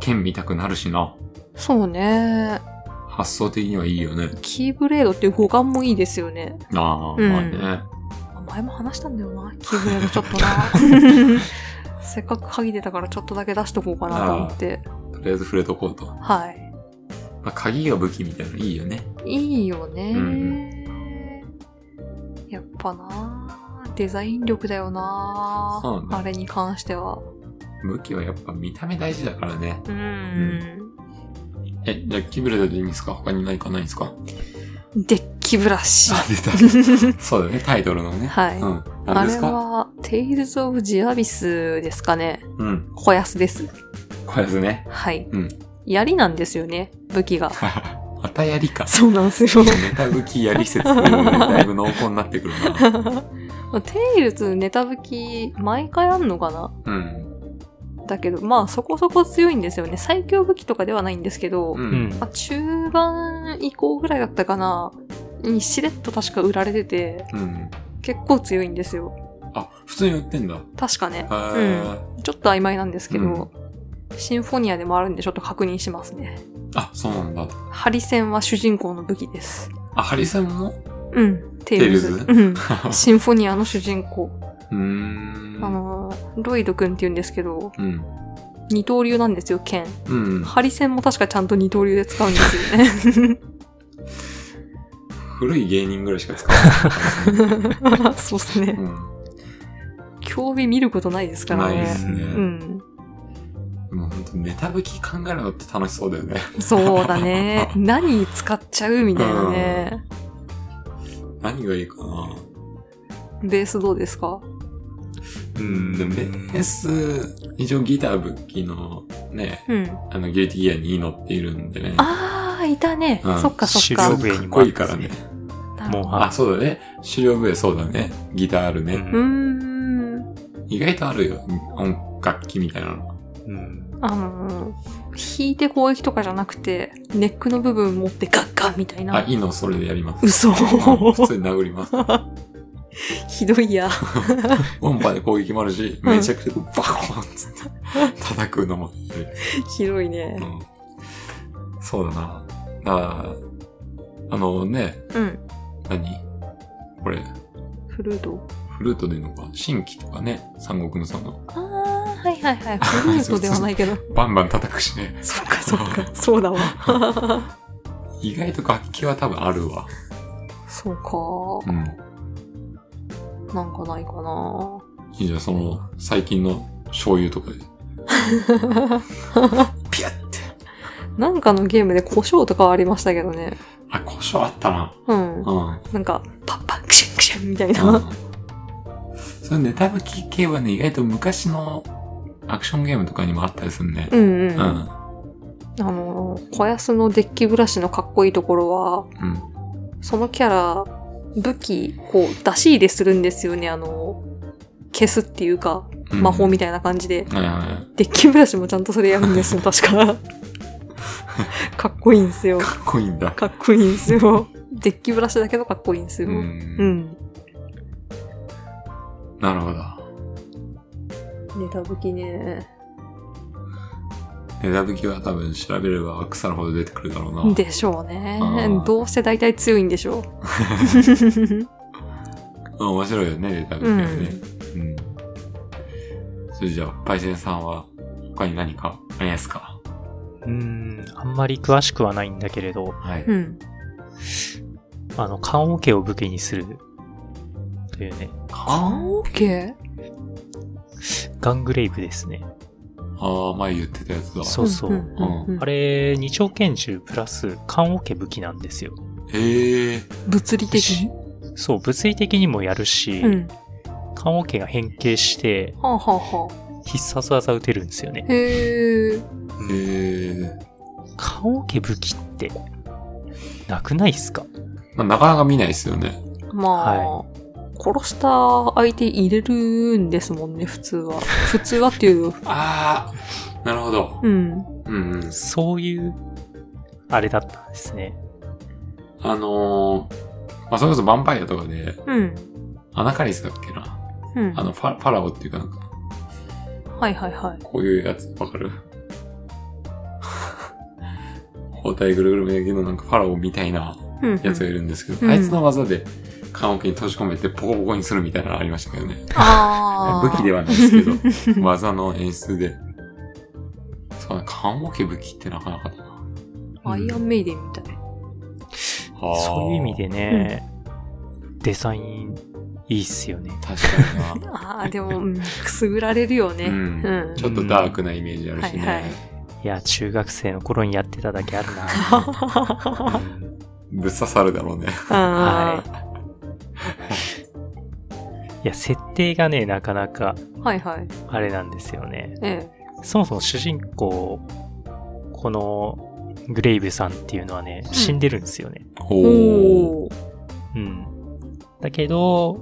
剣見たくなるしな。そうね。発想的にはいいよね。キーブレードっていう語感もいいですよね。ああ、うんまあね。前も話したんだよ な、キーブレードちょっとな。せっかく鍵出たからちょっとだけ出しとこうかなと思って。とりあえず触れとこうと。まはい。あ鍵が武器みたいなのいいよね。いいよね。うんやっぱな、デザイン力だよな、そうねあれに関しては。武器はやっぱ見た目大事だからね。うん。え、じゃあキーブレードでいいんですか他に何かないんですかデッキブラシ。あ、 出た。そうだね、タイトルのね。はいうん。あ何でれすかは、テイルズ・オブ・ジアビスですかね。うん。小安です。これですね。 はい。うん槍なんですよね、武 器が。またやりか。そうなんですよ。ネタ武器やり説、だいぶ濃厚になってくるな。テイルズネタ武器、毎回あんのかなうん。だけど、まあそこそこ強いんですよね。最強武器とかではないんですけど、ううんん。まあ、中盤以降ぐらいだったかな。にしれっと確か売られてて、うん。結構強いんですよ。あ、普通に売ってんだ。へ確かね。ーちょっと曖昧なんですけど、シンフォニアでもあるんでちょっと確認しますね。あ、そうなんだ。ハリセンは主人公の武器です。あ、ハリセンもうん。テイルズうん。 シンフォニアの主人公。うーん。あのー、ロイドくんって言うんですけど、うん。二刀流なんですよ、剣。うん。ハリセンも確かちゃんと二刀流で使うんですよね。古い芸人ぐらいしか使わ ない。 そうっすね。うん。競技見ることないですからないね。ですね。うん。でもう本当メタ武器考えるのって楽しそうだよね。 そうだね。 何使っちゃうみたいなね。何がいいかな。ベースどうですかうん。でも、ベース、一応ギター武器のね、うん。あの、ギルティギアにいいのっているんでね。あー、いたね。うんそっかそっか狩猟っか。笛にもこいいからね。なるもほうどあ、そうだね。狩猟笛そうだね。ギターあるね。うーんん。意外とあるよ。音楽器みたいなの。うん。あのー、弾いて攻撃とかじゃなくて、ネックの部分持ってガッガッみたいあ、な。いいのそれでやります。 嘘 うん普通に殴ります。ひどいや。音波で攻撃もあるし、うんめちゃくちゃバコーンっつ って叩くのもある。ひどいねう。んそうだな。だからあのね、うん。何これ、フルート。フルートでいいのか新規とかね、三国無双の。あー、はいはいはい。フルート ではないけど。バンバン叩くしね。そうかそうか。そうだわ。意外と楽器は多分あるわ。そうか。うん。なんかないかないいじゃん、その、最近の醤油とかで。ピュッて。なんかのゲームで胡椒とかはありましたけどね。あ、胡椒あったな。ううん。ん。なんか、パッパッ、クシュンクシュンみたういんな。そのネタ吹き系はね、意外と昔のアクションゲームとかにもあったりするねう。んうん。うあん。の、小安のデッキブラシのかっこいいところは、うん。そのキャラ、武器、こう、出し入れするんですよね。あの、消すっていうか、うん魔法みたいな感じで。はいはいはい。デッキブラシもちゃんとそれやるん ですよ、確か。かっこいいんですよ。かっこいいんだ。かっこいいんですよ。デッキブラシだけどかっこいいんですうよ。うん。ん。なるほど。ネタ武器ね。ネタ吹きは多分調べれば腐るほど出てくるだろうな。でしょうねあー。どうせ大体強いんでし ょ。うん面白いよね、ネタ吹きはね。うん。それじゃあ、パイセンさんは他に何かありますかうん。あんまり詳しくはないんだけれど、はいうう。ん。あの、棺桶を武器にする。というね、ああオッケガングレイブですね。あ、前言ってたやつだ。そうそう。うんあれ、二丁拳銃プラス棺桶武器なんですよ。へえ。物理的に。そう、物理的にもやるし、うん。棺桶が変形してはあ、はあはあ。必殺技打てるんですよね。へえ。へえ。棺桶武器って、なくないっすかまあ、なかなか見ないですよね。まあ、殺した相手入れるんですもんね、普通は。普通はっ ていう。ああ、なるほど。うん。うんうん。そういう、あれだったんですね。あのー、まあ、それこそヴァンパイアとかで、うん。アナカリスだっけな。うん。あの、ファファラオっていうかなんか、はいはいはい。こういうやつ、わか る包帯ぐるぐる巡りのなんかファラオみたいなうん。やつがいるんですけど、うんあいつの技で棺桶に閉じ込めてボコボコにするみたいなのありましたけどね。ああ。武器ではないですけど、技の演出で。そうだ、棺桶武器ってなかなかだな。アイアンメイデンみたい。そういう意味で。でね、デザインいいっすよね。確か にな。ああ、でも、うんくすぐられるよね。ううんんち。ょっとダークなイメージあるしはいはいね。いや、中学生の頃にやってただけある な。うんぶっ刺さるだろうね。あ いや、設定がね、なかなか、ーはいはい。あれなんですよね。ええ。そもそも主人公、このグレイブさんっていうのはね、死んでるんですよね。おー。おー。うん。だけど、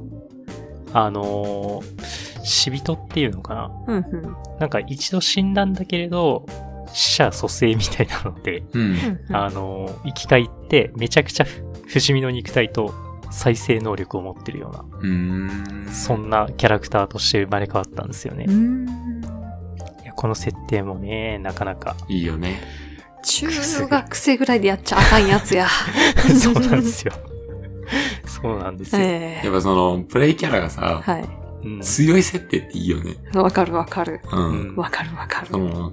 あのー死人っていうのかな。うんうんなんか一度死んだんだけれど、死者蘇生みたいなので、うん。うん。あのー生き返って、めちゃくちゃふ不死身の肉体と再生能力を持ってるよううーん。な、そんなキャラクターとして生まれ変わったんですよねう。ん。いやこの設定もね、なか なか。いいよね。中学生ぐらいでやっちゃあかんやつや。そうなんですよ。そうなんですよ。ええやっぱその、プレイキャラがさ、はうん強い設定っていいよね。い。わかるわかる。うん。うんわかるわかそる。の、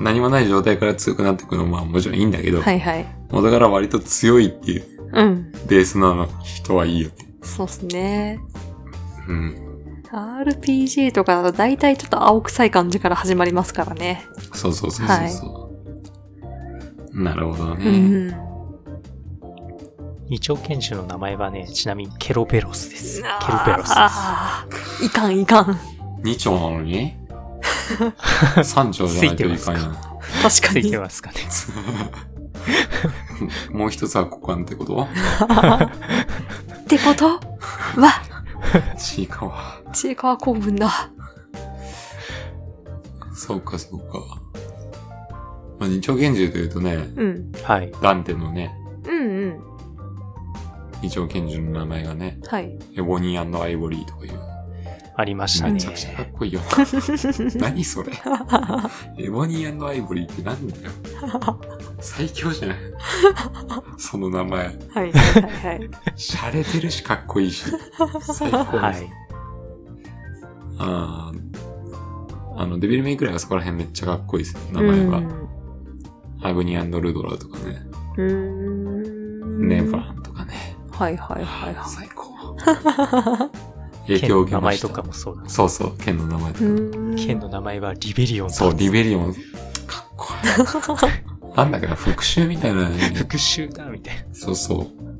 何もない状態から強くなってくのもまあもちろんいいんだけど、はいはい。元から割と強いっていううん。ベースの人はいいよね。そうっすね。うん。 RPG とかだと大体ちょっと青臭い感じから始まりますからね。そうそうそうそうそう。なるほどうね。ん。二丁拳銃の名前はね、ちなみにケロベロスです。ケロベロスです。ああ、いかんいかん。二丁なのに 三丁じゃないといかんやな。確かついにて。ますかね。もう一つは股間ってことってことわ、ちいかわ。ちいかわ公文だ。そうかそうか。まあ、二丁拳銃というとね、うん。はい。ダンテのね、うんうん。二丁拳銃の名前がね、はい。エボニーアイボリーとかいう。ありましためねち。ゃくちゃかっこいいよ。 何それ。エボニーアイボリーってなんだよ。最強じゃない。その名前。はいはいはいはい。洒落てるしかっこいいし。最高です。はい。あーあの、デビルメイクライはそこら辺めっちゃかっこいいですよ。 名前が。アグニアンドルドラとかね。うん。ネバーンとかね。はいはいはいあーは最高。 い。影響を受け剣の名ま前した。とかもそうだ。そうそう、剣の名前とか。剣の名前はリベリオンだそう、リベリオン、かっこ いい。なんだかな、復讐みたいな、ね。復讐だみたいそうそう。な。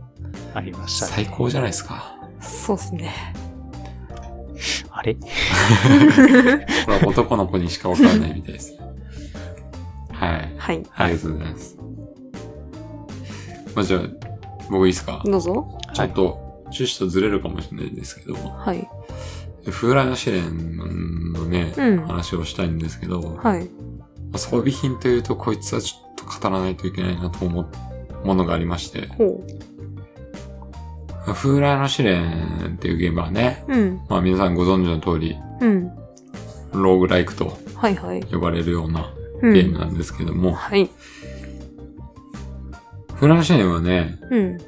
ありましたね。最高じゃないですか。そうっすね。あれこれは男の子にしかわからないみたいですね。はい。はい。ありがとうございます。まあ、じゃあ、僕いいですか、どうぞ。ちょっと、趣旨とずれるかもしれないですけども、はい。フーラー試練のね、うん話をしたいんですけど、はい。装備品というとこいつはちょっと語らないといけないなと思うものがありまして、ほう。フーラーの試練っていうゲームはね、うん。まあ皆さんご存知の通り、うん。ローグライクとはいはい。呼ばれるようなうゲんームなんですけども、はい。フーラーの試練はね、うん。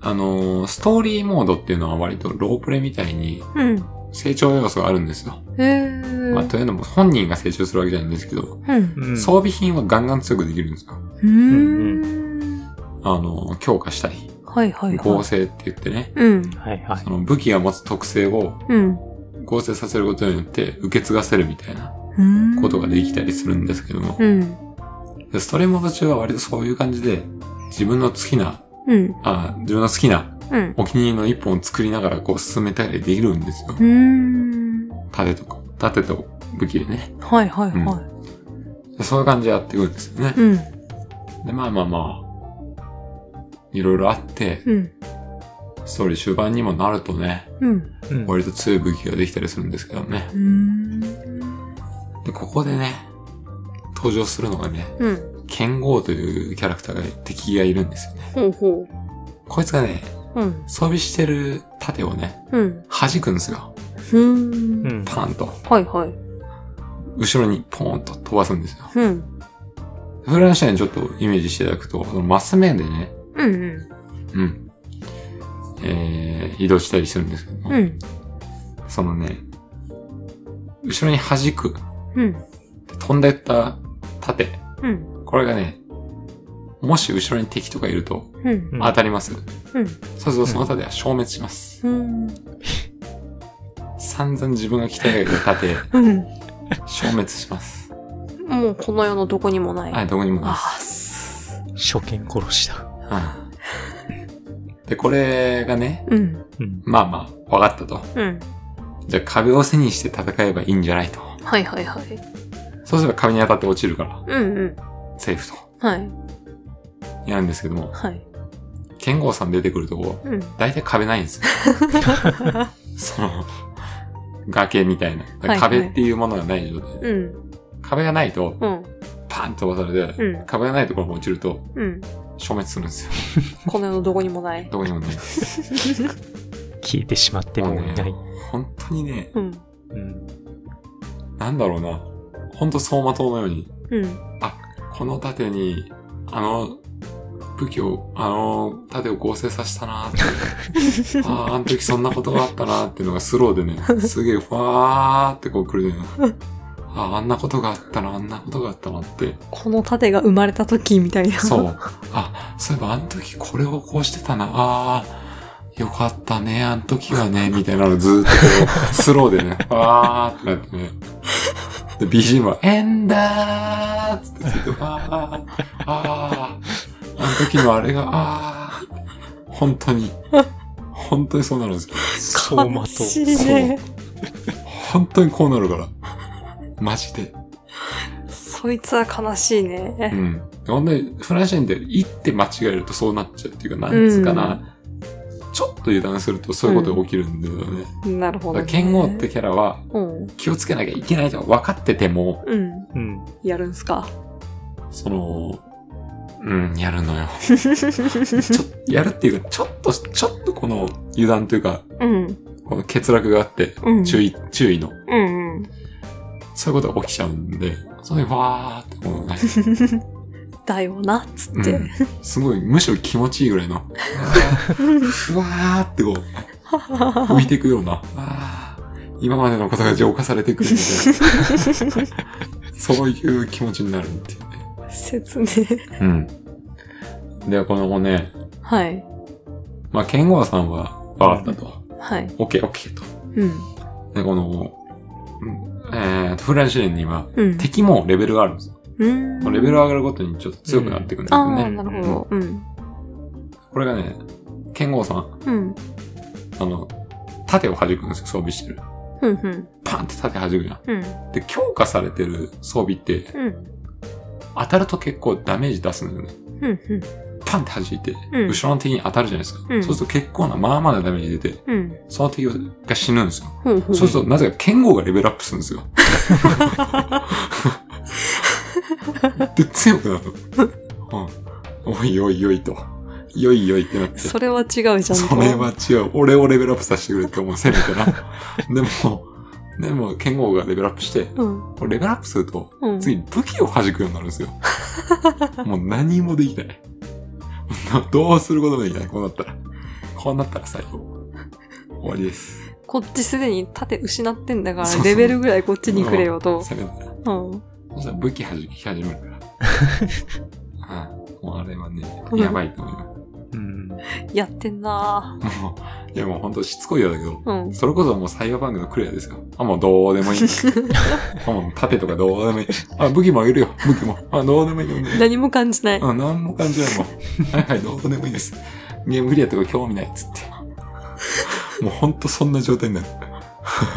あのーストーリーモードっていうのは割とロープレみたいにうん。成長要素があるんですよ。へえ。まあというのも本人が成長するわけじゃないんですけど、うん。うん装備品はガンガン強くできるんですよ。うーん。あの、強化したり、はいはいは合い。成って言ってね、うん。はいはいそ。の武器が持つ特性をうん。合成させることによって受け継がせるみたいなうんことができたりするんですけども、うん。でストレモード中は割とそういう感じで、自分の好きな、うん。あ自分の好きなうん。お気に入りの一本を作りながらこう進めたりできるんですよう。ん。盾とか、盾と武器でね。はいはいはでそういう感じでやっていくんですよねい。。うん。で、まあまあまあ、いろいろあって、うん。ストーリー終盤にもなるとね、うん。うん割と強い武器ができたりするんですけどね。うん。で、ここでね、登場するのがね、うん。剣豪というキャラクターが、敵がいるんですよね。ほうほこいつがね、う。うん。装備してる盾をね、うん。弾くんですよ。うん。うんパーンと。はいはい。後ろにポーンと飛ばすんですよ。うん。フランシャにちょっとイメージしていただくと、そのマス面でね、うんうん。うん。えー、移動したりするんですけども、うん。そのね、後ろに弾く、うん。飛んでった盾、うん。これがね、もし後ろに敵とかいるとうん。うん当たります。うん。そうするとその盾は消滅します。うん。散々自分が鍛え上げた 盾、うん。消滅します。もうこの世のどこにもない。はい、どこにもないあす。初見殺しだ。うんで、これがね、うん。うん。まあまあ、わかったと。うん。じゃあ壁を背にして戦えばいいんじゃないと。はいはいはい。そうすれば壁に当たって落ちるから、うんうん。セーフと。はい。やるんですけども、はい。剣豪さん出てくるとこ、うん。大体壁ないん ですよ。その、崖みたいな。だからはいはい壁っていうものがない状態で。うん。壁がないと、うん。パーン飛ばされて、うん壁がないところも落ちると、うん。消滅するんですよ。この世のどこにもない。どこにもない。消えてしまってもういない。本当にね、うん。うん。なんだろうな。ほんと走馬灯のように、うん。この盾に、あの、武器を、あの、盾を合成させたなーって。ああ、あの時そんなことがあったなーっていうのがスローでね、すげえふわーってこう来るね。ああ、あんなことがあったな、あんなことがあったなって。この盾が生まれた時みたいな。そう。あ、そういえばあの時これをこうしてたな。ああ、よかったね、あの時はね、みたいなのずーっとこう、スローでね、 わーってなってね。で、BGM は、エンダーっつってずっと、わー、あー、あの時のあれが、あー、本当に、本当にそうなるんですよ。走馬悲灯。しいね。本当にこうなるから。マジで。そいつは悲しいね。うん。本当に、フランシェンって、行って間違えるとそうなっちゃうっていうか、なんつうかな、ちょっと油断するとそういうことが起きるんだよね。なるほだからど、ね。剣豪って。キャラは、うん。気をつけなきゃいけないと分かってても、うん。うん。やるんすか。その、うん、やるの よ。ちょやるっていうか、ちょっと、ちょっとこの油断というか、うん。この欠落があって、うん。注意、注意の、うんうん。そういうことが起きちゃうんで、それでわーってこう、 なんかだよな、つって。うんすごい、むしろ気持ちいいぐらいの、 ふわーってこう、浮いていくような、あー今までのことが浄化されていくみたいな、そういう気持ちになるっていうね。説明。うん。で、この後ね、はい。まあ、ケンゴアさんは、わかったと。はい。オッケーオッケーと。うん。で、この、うんえーと、フランシレンには、うん。敵もレベルがあるんですよ。うん。レベル上がるごとにちょっと強くなっていくんだけあどあ、ね。なるほど。うん。これがね、ケンゴアさん、うん。あの、盾を弾くんですよ、装備してる。うん。うん。パンって盾弾くじゃん。うん。で、強化されてる装備って、うん。当たると結構ダメージ出すんだよね。うん。パンって弾いて、うん後ろの敵に当たるじゃないですか。うんそうすると結構な、まあまあなダメージ出て、うん。うん。その敵が死ぬんですよ。ほうほう。そうすると、なぜか剣豪がレベルアップするんですよ。で、強くなるの。うん。おいおいおいと。よいよいってなって。それは違うじゃんと。それは違う。俺をレベルアップさせてくれって思うせめてな。でも、でも、剣豪がレベルアップして、うん。これレベルアップすると、うん。次武器を弾くようになるんです よ。もう何もできない。もうどうすることもできない。こうなったら。こうなったら最後。終わりです。こっちすでに盾失ってんだかそうそら、うレベルぐらいこっちにくれよと。下げたら。うん。そしたら武器弾き始める から。うん。もうあれはね、うんやばいと思いまうん。やってんなす。もう、いやもうほんとしつこいようだけど、ぁうん。それこそもうサイバーバンクのクレアですよ。あ、もうどうでも いい。あ、もう盾とかどうでもいい。あ、武器もあげるよ。武器も。あ、どうでもいいどうでもいい。何も感じ ない。うん、なんも感じないもん。はいはい、どうでもいいです。ゲームクリアとか興味ないっつって。もうほんとそんな状態になる。あ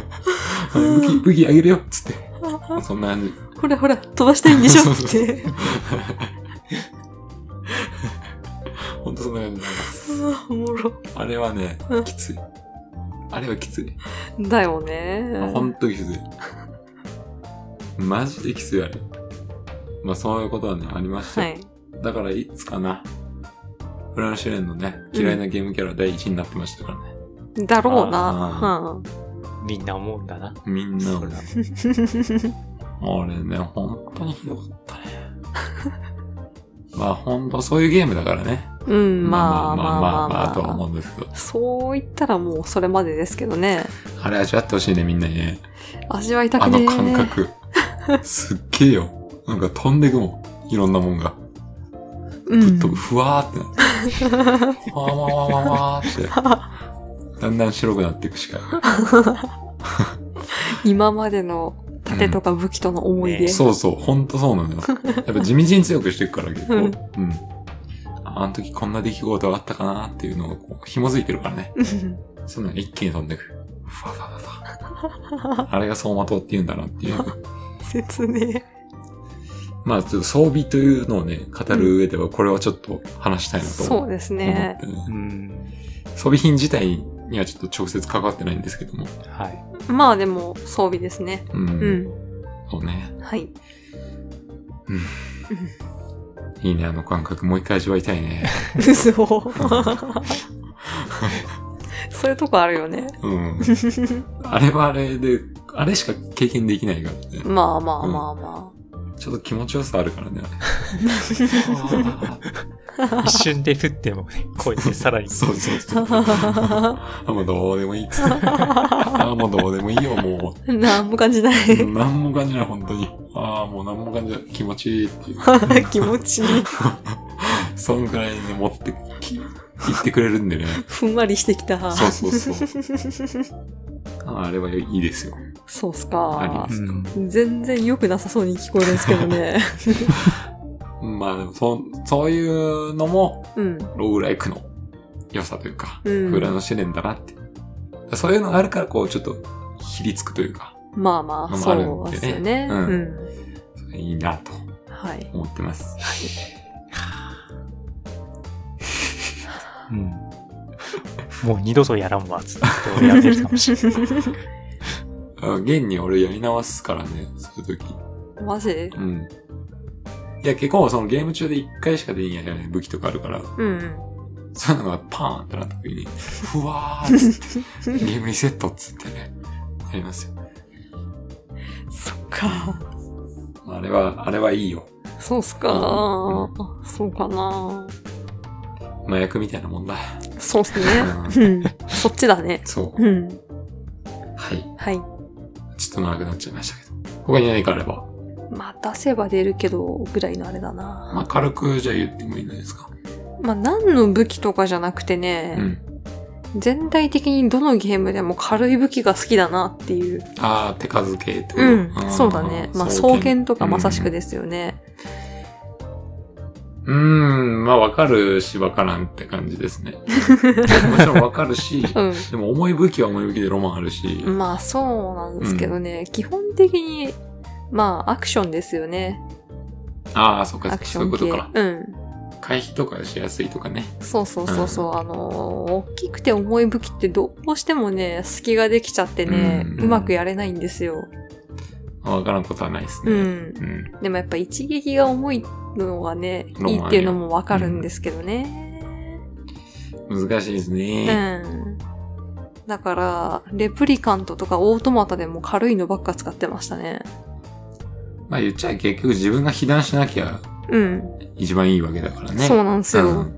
武器、武器あげるよっつって。そんな感じ。ほらほら、飛ばしたいんでしょって。ほんとそんな感じになります。あーおもろ。あれはねうん、きつい。あれはきつい。だよね。ほんときつい。マジできついあれ。まあそういうことはね、ありましたはよ。い。だからいつかな。フランシュレンのね、嫌いなゲームキャラ第一になってましたからね。だろうな。みんな思うんだな。みんなそをれねは。俺ね、本当にひどかった ね。まあ本当そういうゲームだからね。うん。うん、まあまあまあまあとはま思あ。うんですけど。そう言ったらもうそれまでですけどね。あれ味わってほしいね、みんなに ね。味わいたあくねのえ感覚。すっげえよ。なんか飛んでくもん。いろんなもんが。うぶっん飛ぶ。ふわーってなって。わーわーわーわーわーって。だんだん白くなっていくしか。今までの盾とか武器との思い出。そうそう、ほんとそうなのよ。やっぱ地道に強くしていくから結構。ううんん。ああの時こんな出来事があったかなっていうのをこう紐づいてるからね。うんその一気に飛んでくる。ふわふわふわふわ。あれが走馬灯って言うんだなっていう。 説明。まあ、ちょっと装備というのをね、語る上では、これはちょっと話したいなとそ思うっですてね。ねうん。装備品自体にはちょっと直接関わってないんですけども。はい。まあでも装備ですね。うん。うん。そうね。はい。うん。いいね、あの感覚。もう一回味わいたいね。 嘘。そういうとこあるよね。 うん。あれはあれで、あれしか経験できないからね。まあまあまあまちょっと気持ちよさあるからね。 一瞬で降ってもね、こうやってさ らに。そうそう そう。あ。あ、もうどうでもいいっつって。あ、もうどうでもいいよ、も なんも感じなう。い。なんも感じない、本当に。ああ、もうなんも感じない。気持ちいいっていう。 気持ちいい。そんくらいに持ってき、言ってくれるんでね。ふんわりしてきた。そうそうそう。ああれはいいですよ。そうっすあかり。ですよ。うん全然良くなさそうに聞こえるんですけ どね。まあでも、そ、そういうのも、うん。ローグライクの良さというか、うん裏の試練だなって。そういうのがあるから、こう、ちょっと、ひりつくというか、まあまあ、のもあるそうんでですねよね。うんうん。いいなとはい。思ってます。うんもう二度とやらんわ、つって俺やめるかもしれない。あ現に俺やり直すからね、そういう時。 マジうん。いや、結構そのゲーム中で1回しかできない武器とかあるから、うん。そういうのがパーンってなった時に、ふわーっつって、ゲームリセットっつってね、やりますよ。そっか。あれは、あれはいいよ。そうっすか。うそうかな。麻薬みたいなもんだ。そうっすね。ううん。そっちだね。そうう。ん。はい。はい。ちょっと長くなっちゃいましたけど。他に何かあれば、まあ、出せば出るけど、ぐらいのあれだな。まあ、軽くじゃあ言ってもいいんじゃないですか。まあ、何の武器とかじゃなくてね、うん。全体的にどのゲームでも軽い武器が好きだなっていう。あー、手数系ってことうんあ。ーそうだね。まあ、双草剣原とかまさしくですよね。うーん、まあわかるしわからんって感じ ですね。もちろんわかるし、うん。でも重い武器は重い武器でロマンあるし、まあ、そうなんですけどね、基本的に、まあ、アクションですよね。ああ、そっかそっアクか、シそういうョンこ系。とか。うん。回避とかしやすいとかね。そうそうそうそう、あのー大きくて重い武器ってどうしてもね、隙ができちゃってね、うんうまくやれないんですよ。まあわからんことはないですうね。ん。うん。でもやっぱ一撃が重いのはね、ロマンいあるよいっていうのもわかるんですけどね。難しいですうね。ん。だから、レプリカントとかオートマタでも軽いのばっか使ってましたね。まあ言っちゃえば結局自分が被弾しなきゃうん。一番いいわけだからね。そうなんですうよ。ん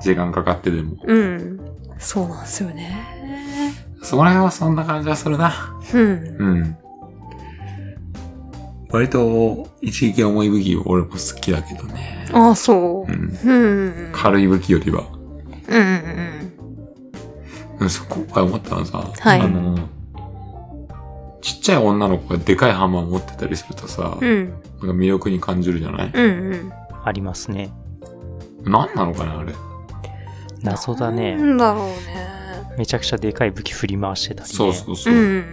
時間かかってでも。うん。そうなんですよね。そこら辺はそんな感じはするな。うん。うん。割と一撃重い武器俺も好きだけどね。ああ、そうう。ん。うん。うん。軽い武器よりは。うんうんうん。うんそう今回思ったのさ、はいあの、ちっちゃい女の子がでかいハンマー持ってたりするとさ、うなんかん。魅力に感じるじゃない、うんうん。ありますね。何なのかな、あれ。謎だなね。んだろうね。めちゃくちゃでかい武器振り回してたりね。そうそうそうう。ん。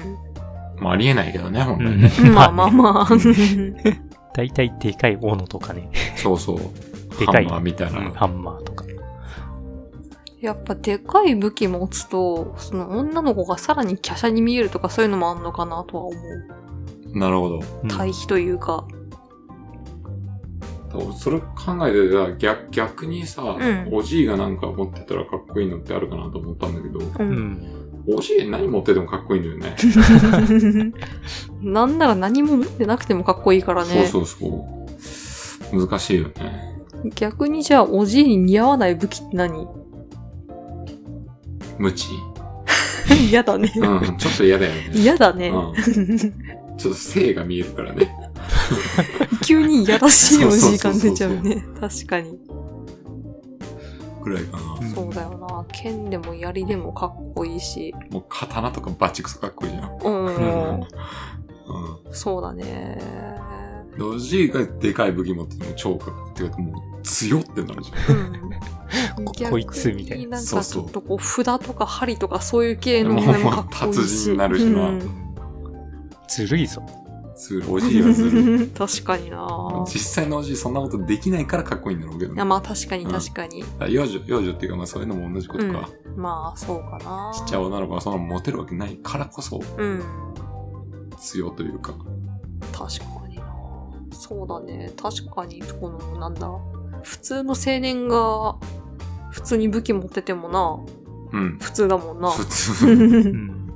まあ、ありえないけどね、本う当にんね。。まあまあまあ。 大体でかい斧とかね、そうそう。でかいハンマーみたいな。ハンマーとか。やっぱでかい武器持つと、その女の子がさらに華奢に見えるとかそういうのもあんのかなとは思う。なるほど。うん対比というか。だからそれ考えてたら逆逆にさ、んおじいがなんか持ってたらかっこいいのってあるかなと思ったんだけど、う。うんん。おじい何持っててもかっこいいんだよね。 なんなら何も持ってなくてもかっこいいからね。そうそうそう。難しいよね。逆にじゃあ、おじいに似合わない武器って何 無知。嫌だね。うん、ちょっと嫌だよね。嫌だね。うん、ちょっと性が見えるからね。 急にやらしいおじいそう感そうそうそう出ちゃうね。確かに。ぐらいかな。うんそうだよな。剣でも槍でもかっこいいし。もう刀とかバチクソかっこいいじゃん。うん。うそう だね。ん。でおじいがでかい武器持ってても超かっこいいっていうかもう強ってなるじゃん。うんここいつみた逆いになんそうかちそょうっとこう札とか針とかそういう系のもうでもかっこいいし。達人になるしなうんずるいぞ。ずるおじいはずるい。 確かにな。実際のおじいそんなことできないからかっこいいんだろうけどいね。やまあ確かにうん確かに。だから幼女、幼女っていうかまあそういうのも同じことか。まあそうかな。ちっちゃい女の子はそんなのモテるわけないからこそうん。強というか。確かにな。そうだね。確かに、この、なんだ。普通の青年が、普通に武器持っててもな、う ん。普通だもんな。普通。うん。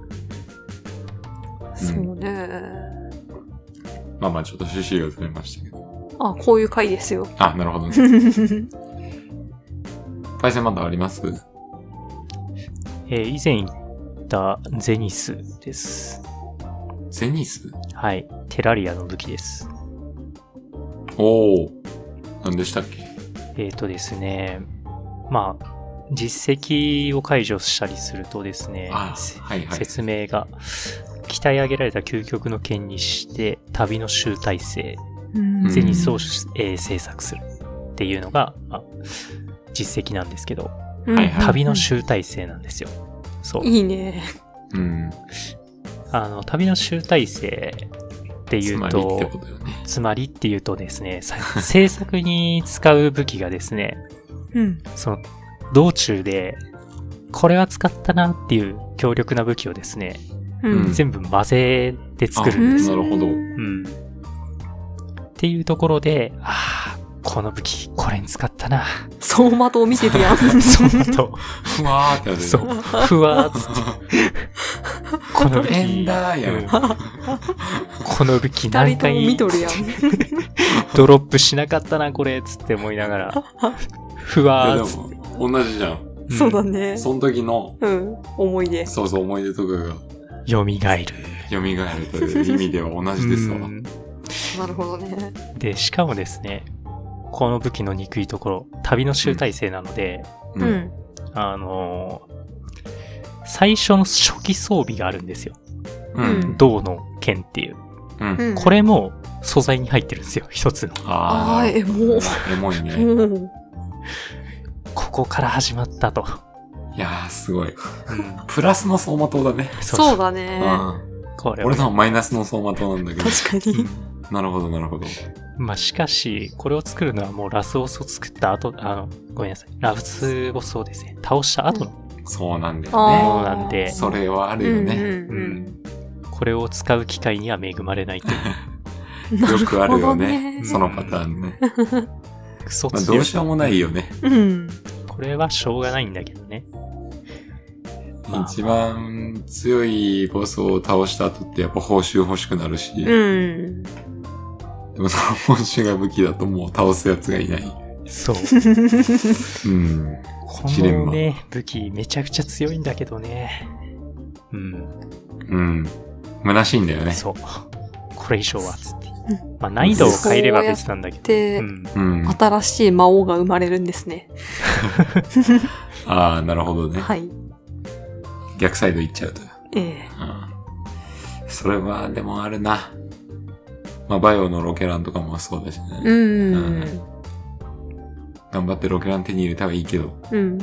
そうね。 まあまあ、ちょっと趣旨がずれましたけど。あ、こういう回で すよ。あ、なるほど ね。パイセンまだありますえー以前言ったゼニスです。ゼニスはい。テラリアの武器です。おお。何でしたっけえっ、とですね、まあ、実績を解除したりするとですね、あせはいはい。説明が、鍛え上げられた究極の剣にして、旅の集大成、うんゼニスを、えー制作するっていうのが、まあ、実績なんですけど、うんはいはい旅の集大成なんですよ。そう。いいね。うん。あの、旅の集大成ってついまうりってとこ、とよね。 つまりっていうとですね、さ制作に使う武器がですね、うん。その、道中で、これは使ったなっていう強力な武器をですね、ううんん。全部混ぜて作るうんですなるほどうん。っていうところで、ああ、この武器、これに使ったな。相馬灯を見てる やん。その後、ふわーってやつねそう。ふわーっつって、この武エン器、ダーやう んん。この武器 二何人とも回見とるやん。ドロップしなかったな、これ、つって思いながら、ふいやわでーっつっても、同じじゃん。んそうだね。その時の、うん。思い出。そうそう、思い出とかが蘇蘇る。るという意味では同じですわ。うんなるほどね。で、しかもですね、この武器の憎いところ、旅の集大成なので、う。うんん。あのー最初の初期装備があるんですよ。う。うんん銅の剣っていう。うん。うんこれも素材に入ってるんですよ、一つの。あああ、ーえ、もう。エモいね。もう。ここから始まったと。いやー、すごい。 うんプラスの走馬灯だね。そうう。だね。うん。これは俺のはマイナスの走馬灯なんだけど。確かに。なるほど、なるほど。まあ、しかし、これを作るのはもうラスボスを作った後、あの、ごめんなさい。ラスボスをですね、倒した後のもそうなんだあよのなんでね。、それはあうるよんね。うんこれを使う機会には恵まれないとい うん。う。なよくあるよほどね。ねそのパターンね。クソまあ、強どいうしようもないよね。うん。これはしょうがないんだけどね。まあ一番強いボスを倒した後ってやっぱ報酬欲しくなるし、でうん。もその報酬が武器だともう倒すやつがいない。そう。うん。こ ジレンのマね、武器めちゃくちゃ強いんだけどね。うん。うん。虚しいんだよね。そう。これ以上は、つってう。まあ難易度を変えれば別なんだけど。でう、ん。うん。あ新しい魔王が生まれるんですね。あー、なるほどね。はい。逆サイド行っちゃうと。ええ。うん。それは、でもあるな。まあ、バイオのロケランとかもそうだしね。うん。頑張ってロケラン手に入れたはいいけど、うん。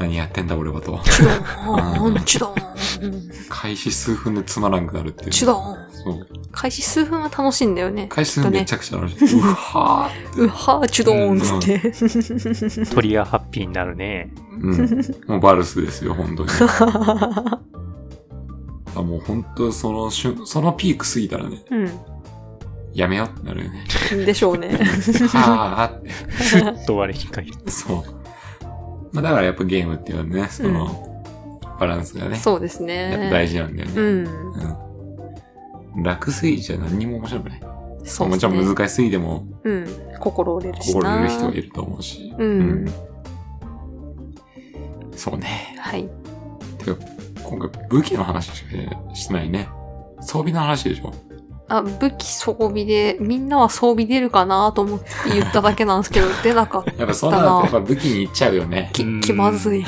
何やってんだ俺はと。チュドーン、チュドーン、開始数分でつまらんくなるっていう。チュドーン。そう。開始数分は楽しいんだよね。開始数分めちゃくちゃ楽しい。うはーうはー、チュドーンつって。トリアハッピーになるね。うん。もうバルスですよ、本当に。あもう本当その瞬、そのピーク過ぎたらね、うやめようってなるよね。ん。でしょうね。はーっふっと我に返る。て。そう。まあだからやっぱゲームっていうのはね、その、バランスがね、そうですやっぱね。大事なんだようね。ん。うん。楽すぎちゃ何にも面白くない。そもうちろんい。難しすぎても、うん。心折れるしな。心折れる人がいると思うし。うんそうね。はい。てか、今回武器の話しかしてないね。装備の話でしょあ、武器装備で、みんなは装備出るかなと思って言っただけなんですけど、 出なかっやっぱそんたなのってな。やっぱ武器に行っちゃうよね。きうん、気まずい。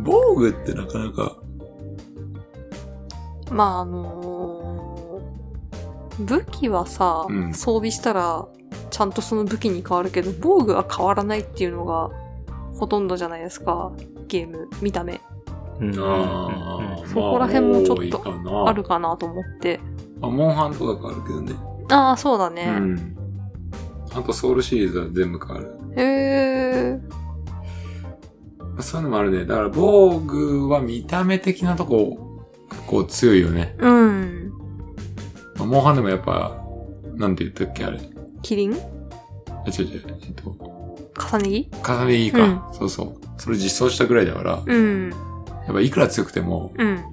防具ってなかなか。まあ、あのー武器はさ、うん装備したら、ちゃんとその武器に変わるけど、防具は変わらないっていうのが、ほとんどじゃないですか。ゲーム、見た目。うんあうんあそこら辺もちょっととある。かなと思って。まあ、モンハンとか変わるけどね。ああ、そうだね。うん。あとソウルシリーズは全部変わる。へえ。まあそういうのもあるね。だから防具は見た目的なとこ、結構強いよね。うん。まあモンハンでもやっぱ、なんて言ったっけあれ。キリンあ違う違う。えっと、重ね着重ねいいか、そうそう。それ実装したぐらいだから、やうん。っぱいくら強くても、うん。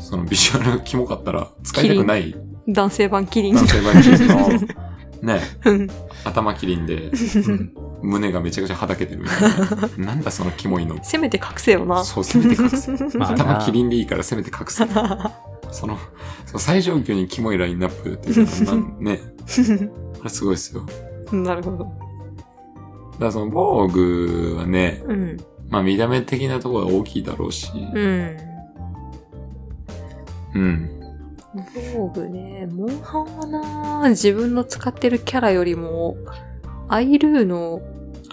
そのビジュアルキモかったら使いたくない男性版キリン。男性版キリンの、ね、うん頭キリンで、うん胸がめちゃくちゃはだけてるみたい な。なんだそのキモいの。 せめて隠せよな。そう、せめて隠せ。まあな頭キリンでいいからせめて隠 せ。その、その最上級にキモいラインナップっていう のは、なんね、あれすごいですよ。だかなるほど。らその、防具はね、うん。まあ見た目的なところが大きいだろうし、うん。うん。防具ね、モンハンはな、自分の使ってるキャラよりも、アイルーの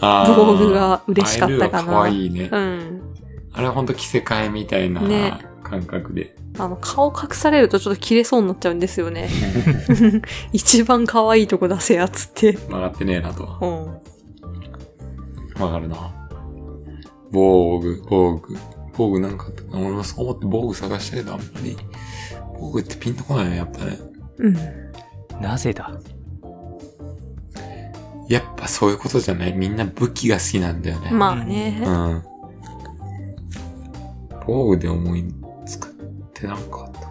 あー防具が嬉しかっアイルーはたか可な。愛いね。うん。あれはほんと着せ替えみたいなね感覚で。あの、顔隠されるとちょっと切れそうになっちゃうんですよ ね。うん一番可愛いとこ出せやつって。曲がってねえなと。うん。曲がるな。防具、防具。防具なんかあったかな俺もそう思って防具探してるけど、あんまり。防具ってピンとこないね、やっぱね。うん。なぜだやっぱそういうことじゃない。みんな武器が好きなんだよね。まあね。うん。防具で思いつくってなんかあった。い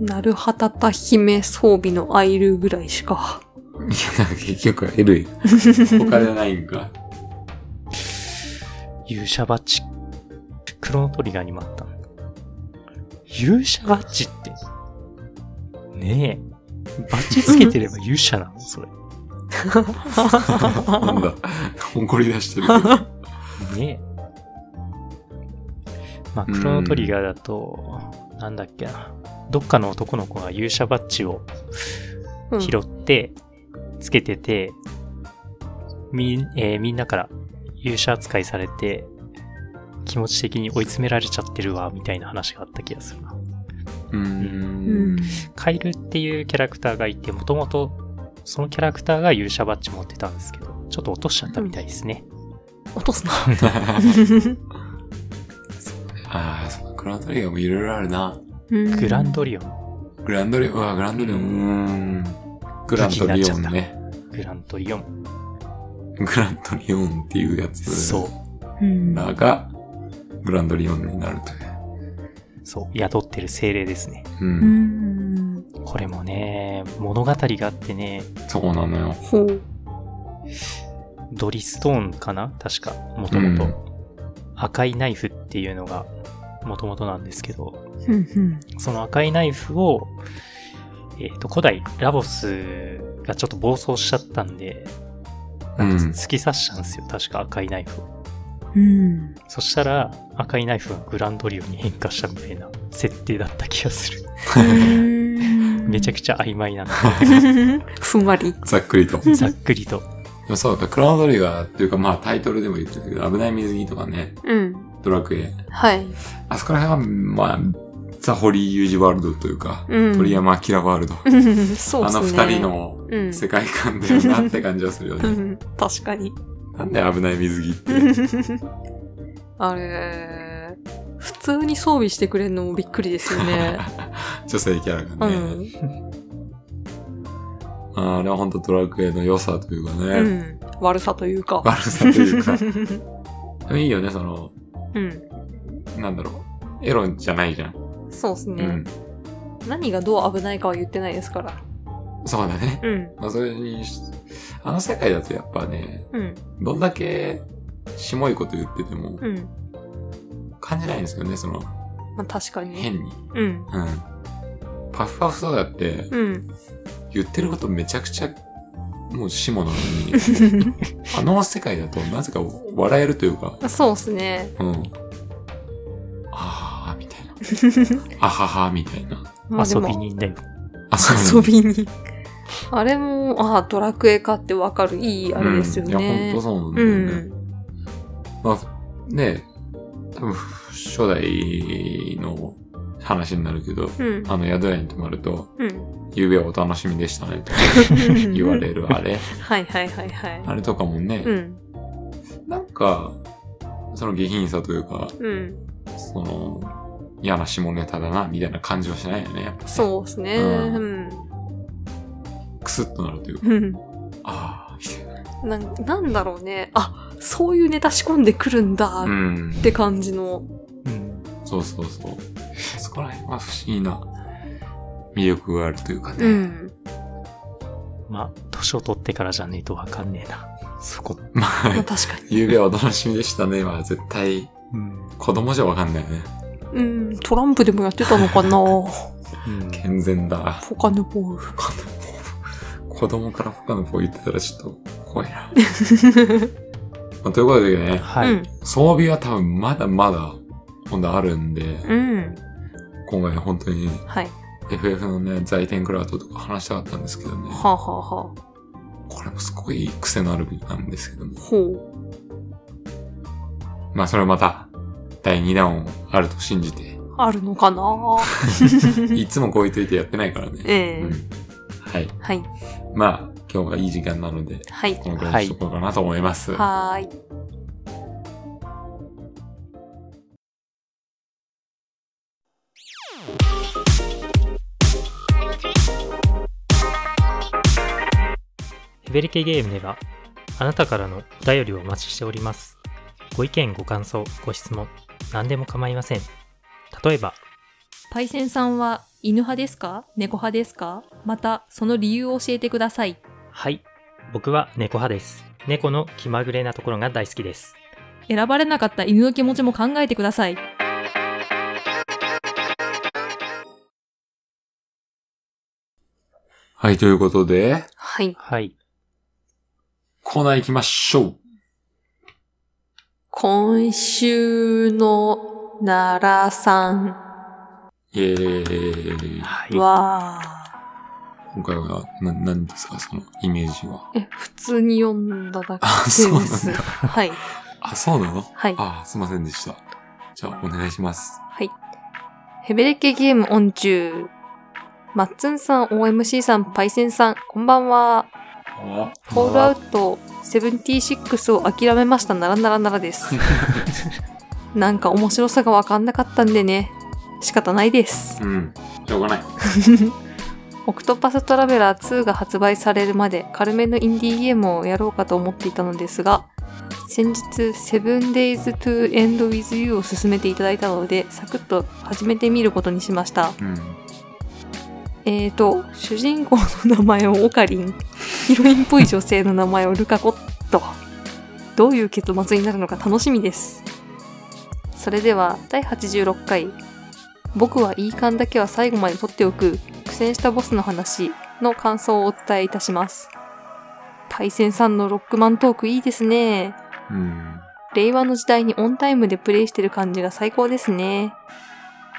なるはたた姫装備のアイルーぐらいしか。や、なんか結局は L 他でないんか。勇者バッジ。クロノトリガーにもあったんだ。勇者バッジって。ねえ。バッジつけてれば勇者なのそれ。なんだ。怒り出してる。 ねえ。まあ、クロノトリガーだと、なんだっけな。どっかの男の子が勇者バッジをうん拾って、つけてて、みん、えーみんなから勇者扱いされて、気持ち的に追い詰められちゃってるわ、みたいな話があった気がするな。うーうんん。。カイルっていうキャラクターがいて、もともとそのキャラクターが勇者バッジ持ってたんですけど、ちょっと落としちゃったみたいですね。落とす な。ああ、そうか、グランドリオもいろいろあるな。グランド。ドリオン。グランドリオ、うわ、グランドリオン、うーん。グランドリオンね。グランドリオン。グランドリオンっていうやつそう。うん。らが、グランドリオンになるという。そう、宿ってる精霊ですね。う。うんん。これもね、物語があってね、そうなのよ。ほう。ドリストーンかな確か、もともと。赤いナイフっていうのが、もともとなんですけど、うんその赤いナイフを、えっ、と、古代ラボスがちょっと暴走しちゃったんで、なんかうん突き刺したんですよ、確か赤いナイフを。うん。そしたら、赤いナイフがグランドリオに変化したみたいな設定だった気がする。うん。めちゃくくちゃ曖昧なんで、ゃ。ふんわり。ざっくりと。でざっくりと。もそうだ、クランドリガーっていうか、まあタイトルでも言ってたけど、危ない水着とかね、うん。ドラクエ。はい。あそこら辺は、まあ、ザ・ホリー・ユージワールドというか、うん鳥山明ワールド。うんそうあっすね。の二人のうん世界観だよなって感じはするようね。ん。確かに。なんで危ない水着って。あれ、普通に装備してくれるのもびっくりですよね。女性キャラうがね。ん。あーあれは本当ドラクエの良さというかね、うん。悪さというか。悪さというか。でもいいよね、その、うん。なんだろう。エロじゃないじゃん。そうですうね。ん。何がどう危ないかは言ってないですから。そうだね。うん。まあ、それにし、あの世界だとやっぱね、うん。どんだけ、しもいこと言ってても、うん。感じないんですよね、その、まあ確かに。変に。うん。うん。パフパフとかだって、うん。言ってることめちゃくちゃ、もうしもなのに、 あの世界だとなぜか笑えるというか、そうっすね。うん。ああ、みたいな。 あはは、みたいな。まあで遊もび。人だよ。あ、遊びに。あれも、ああ、ドラクエかってわかる。いいあれですようん、いや、本ね当。そうなんだうよね。ん。まあ、ね多分、初代の話になるけど、うん。あの宿屋に泊まると、うん。夕べはお楽しみでしたね、と 言われるあれ。はいはいはいはい。あれとかもね、うん。なんか、その下品さというか、うん。その、嫌な下ネタだな、みたいな感じはしないよね。やっぱそうっすね。ううん。クスッとなるというか、うん。ああ、みたいな。なんなんだろうね。あ、そういうネタ仕込んでくるんだうっん。て感じの。うん。そうそうそう。そこら辺は不思議な魅力があるというかね。うん。まあ、年を取ってからじゃねえとわかんねえな。そこ。ままああ、確かに。ゆうべはお楽しみでしたねは絶対うん。子供じゃわかんないよね。うん、トランプでもやってたのかなうん。健全だ。ポカヌボール。他の子子供から他の子言ってたらちょっと怖い な。まあ、ということでね、はい。うん。装備は多分まだまだ今度あるんで、うん。今回本当にはい。 FF のね、在店クラウドとか話したかったんですけどね、はあ、はあはあ、これもすごい癖のある部分なんですけども、ほう。まあそれはまた第2弾をあると信じて、あるのかないつもこう言っといてやってないからね。ええうん。はい。はい。まあ今日はいい時間なので、はい。このくらいにしとこうかなと思います。はーい。ヘベレケゲームではあなたからのお便りをお待ちしておりますご意見ご感想ご質問何でも構いません例えばパイセンさんは犬派ですか猫派ですかまた、その理由を教えてください。はい僕は猫派です猫の気まぐれなところが大好きです選ばれなかった犬の気持ちも考えてください。はい、ということで、はい。はいコーナー行きましょう。今週の奈良さんイェーイ。はいは、今回は、な、何ですか、そのイメージは。え、普通に読んだだけあ、そうでなんす。だ。はい。あ、そうなのはい。あ、すいませんでした。じゃあ、お願いします。はい。ヘベレケゲームオン中。マッツンさん、OMC さん、パイセンさん、こんばんは。あフォールアウト76を諦めましたならならならです。なんか面白さがわかんなかったんでね。仕方ないです。うん。しょうがない。オクトパストラベラー2が発売されるまで軽めのインディーゲームをやろうかと思っていたのですが、先日 7days to end with you を進めていただいたので、サクッと始めてみることにしました。うん。えーと、主人公の名前をオカリン、ヒロインっぽい女性の名前をルカコと、どういう結末になるのか楽しみです。それでは、第86回、僕はいい感だけは最後まで取っておく、苦戦したボスの話の感想をお伝えいたします。パイセンさんのロックマントークいいですね。うん。令和の時代にオンタイムでプレイしてる感じが最高ですね。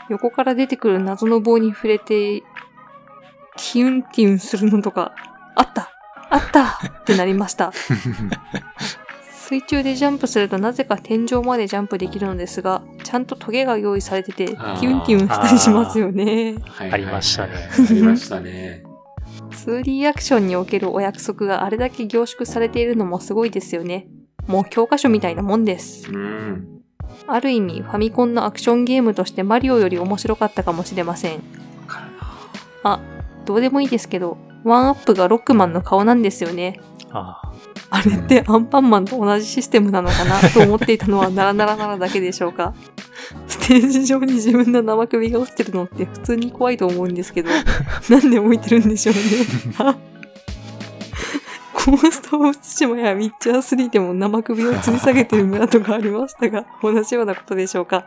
横から出てくる謎の棒に触れて、ティウンティウンするのとか、あったあったってなりま した。水中でジャンプするとなぜか天井までジャンプできるのですが、ちゃんとトゲが用意されてて、テあーィウンティウンしたりしますよね。はいありましたねありましたね。 2D アクションにおけるお約束があれだけ凝縮されているのもすごいですよね。もう教科書みたいなもんです。うん。ある意味ファミコンのアクションゲームとしてマリオより面白かったかもしれません。あ、どうでもいいですけど、ワンアップがロックマンの顔なんですよね。あああれってアンパンマンと同じシステムなのかな と思っていたのはならならならだけでしょうか。 ステージ上に自分の生首が落ちてるのって普通に怖いと思うんで すけど、なんで置いてるんでしょうね。コースト・オブ・ツシマやウィッチャー3でも生首を吊り下げてる村とかありましたが、同じようなことでしょうか。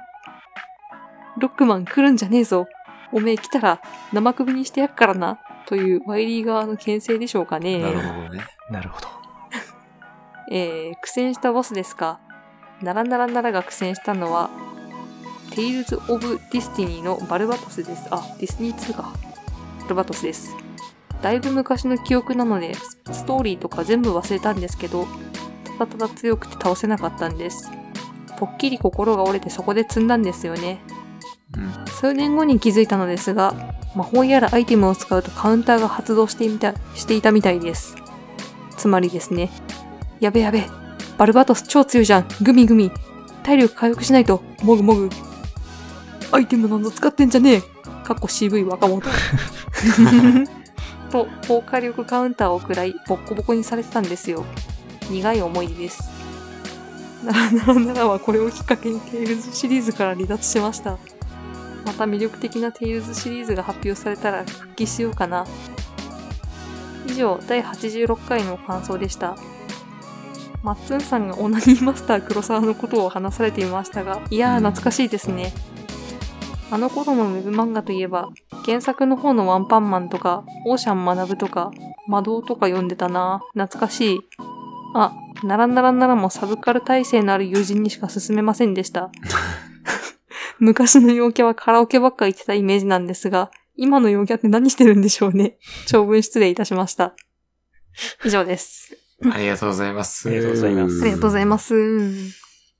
ロックマン来るんじゃねえぞ。おめえ来たら生首にしてやっからな。というワイリー側の牽制でしょうかね。なるほどね。なるほどえー苦戦したボスですかならならならが苦戦したのは、テイルズ・オブ・ディスティニーのバルバトスです。あ、ディスニー2か。バルバトスです。だいぶ昔の記憶なので、スストーリーとか全部忘れたんですけど、ただただ強くて倒せなかったんです。ぽっきり心が折れてそこで積んだんですよね。うん。数年後に気づいたのですが魔法やらアイテムを使うとカウンターが発動してみたしていたみたいですつまりですねやべやべバルバトス超強いじゃんグミグミ体力回復しないともぐもぐアイテムなんぞ使ってんじゃねえかっこ渋い若者 と高火力カウンターを食らいボッコボコにされてたんですよ苦い思い出ですならならならはこれをきっかけにテイルズシリーズから離脱しましたまた魅力的なテイルズシリーズが発表されたら復帰しようかな。以上、第86回の感想でした。マッツンさんがオナニーマスター黒沢のことを話されていましたが、いやー懐かしいですね。あの頃のウェブ漫画といえば、原作の方のワンパンマンとか、オーシャン学ぶとか、魔導とか読んでたな懐かしい。あ、ならんならんならもサブカル体制のある友人にしか勧めませんでした。昔の陽キャはカラオケばっか行ってたイメージなんですが、今の陽キャって何してるんでしょうね。長文失礼いたしました。以上です。ありがとうございます。ありがとうございますありがとうございます。うん。い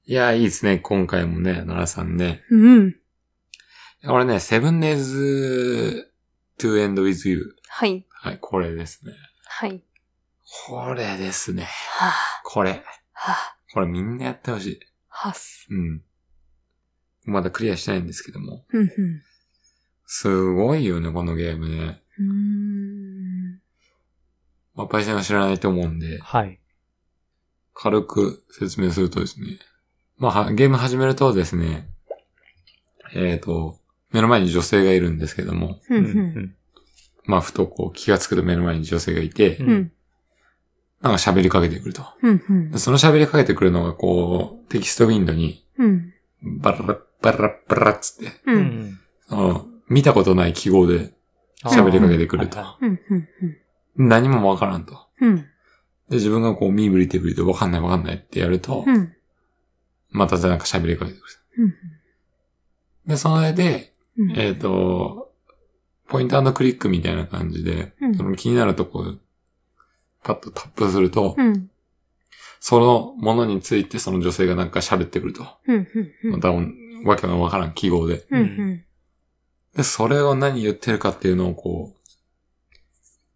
や、いいですね。今回もね、奈良さんね。うん。俺ね、セブンデイズ to end with you。はい。はい、これですね。はい。これですね。はぁ、これ。はぁ、これみんなやってほしい。はっす。うん。まだクリアしてないんですけども。うんうんすごいよね、このゲームね。。うーん。まあ、パイセンは知らないと思うんで、はい。軽く説明するとですね。まあ、はゲーム始めるとですね、えっ、と、目の前に女性がいるんですけども、ううんんうん。まあ、ふとこう気がつくと目の前に女性がいて、ううんん。なんか喋りかけてくると。うんうん。その喋りかけてくるのがこう、テキストウィンドウに、うん。バラッバラッバラッつって、う。うんん。その、見たことない記号で喋りかけてくるとあー。はうんうん何もわからんと。うん。うん。で、自分がこう、身振り手振りでわかんないわかんないってやると、うん。またなんか喋りかけてくる。うんで、それで、うん。えっ、と、ポイントクリックみたいな感じで、うんその気になるとこ、パッとタップすると、うん。そのものについてその女性がなんか喋ってくると。うんうんうん。また、わけのわからん記号で。うんうん。で、それを何言ってるかっていうのをこう、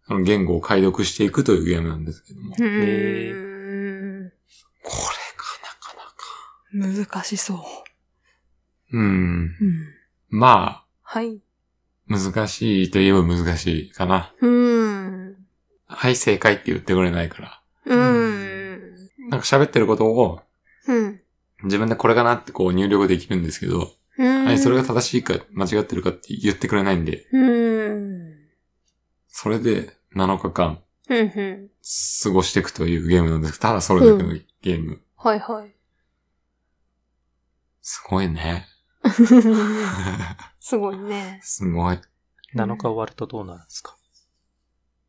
その言語を解読していくというゲームなんですけども。こうれえーん。がなかなか。難しそう。うん。うん。まあ、はい。難しいといえば難しいかな。うーん。はい、正解って言ってくれないから。うーん。なんか喋ってることをうん。自分でこれかなってこう入力できるんですけど、うーん。はい、それが正しいか間違ってるかって言ってくれないんで、うーん。それで7日間うんうん。過ごしていくというゲームなんですただそれだけのゲーム。はいはい。すごいね。 すごいね。すごい。い7日終わるとどうなるんですか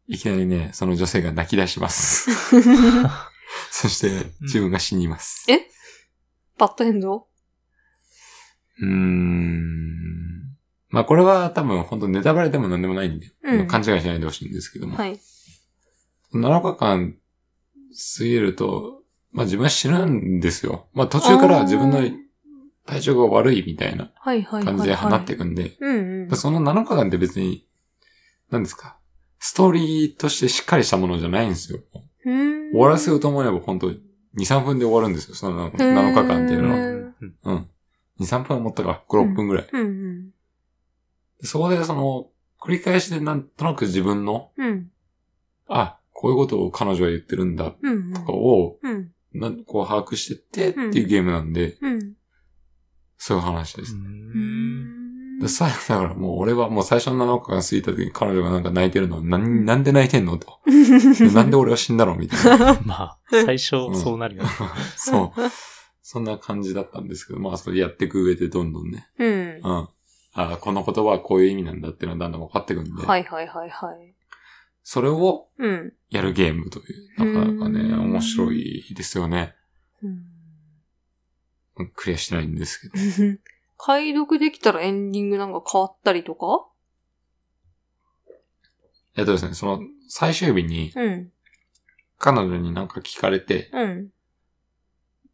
いきなりね、その女性が泣き出します。 そして、自分が死にます。えバッドエンドうーん。まあこれは多分本当ネタバレでも何でもないんで、うん勘違いしないでほしいんですけども、はい。 7日間過ぎると、まあ自分は死ぬんですよ。まあ途中から自分の体調が悪いみたいなはいはいはい。感じで放ってい。くんで、うんうん。その7日間って別に、何ですか、ストーリーとしてしっかりしたものじゃないんですよ。終終わらせようと思えば本当に2、3分で終わるんですよ、その7日間っていうのへは。ーうんうん。2、3分は持ったか、5、6分ぐらい。うんそこでその、繰り返しでなんとなく自分の、うん。うん。あ、こういうことを彼女は言ってるんだ、うん。とかを、うん。なんこう把握してってっていうゲームなんで、うん。そういう話です。ううんんで最後だからもう俺はもう最初の7日間過ぎた時に彼女がなんか泣いてるの、なんなんで泣いてんの と。でなんで俺は死んだのみたい な。まあ、最初そうなるよね。そう。そんな感じだったんですけど、まあそれやっていく上でどんどんね、うん。うん。あーこの言葉はこういう意味なんだっていうのはだんだん分かってくんで、はいはいはいはい。それをうん。やるゲームという、なかなかね、うん面白いですよね。うんクリアしてないんですけど。解読できたらエンディングなんか変わったりとかえっとですね、その最終日にうん。彼女になんか聞かれて、うん。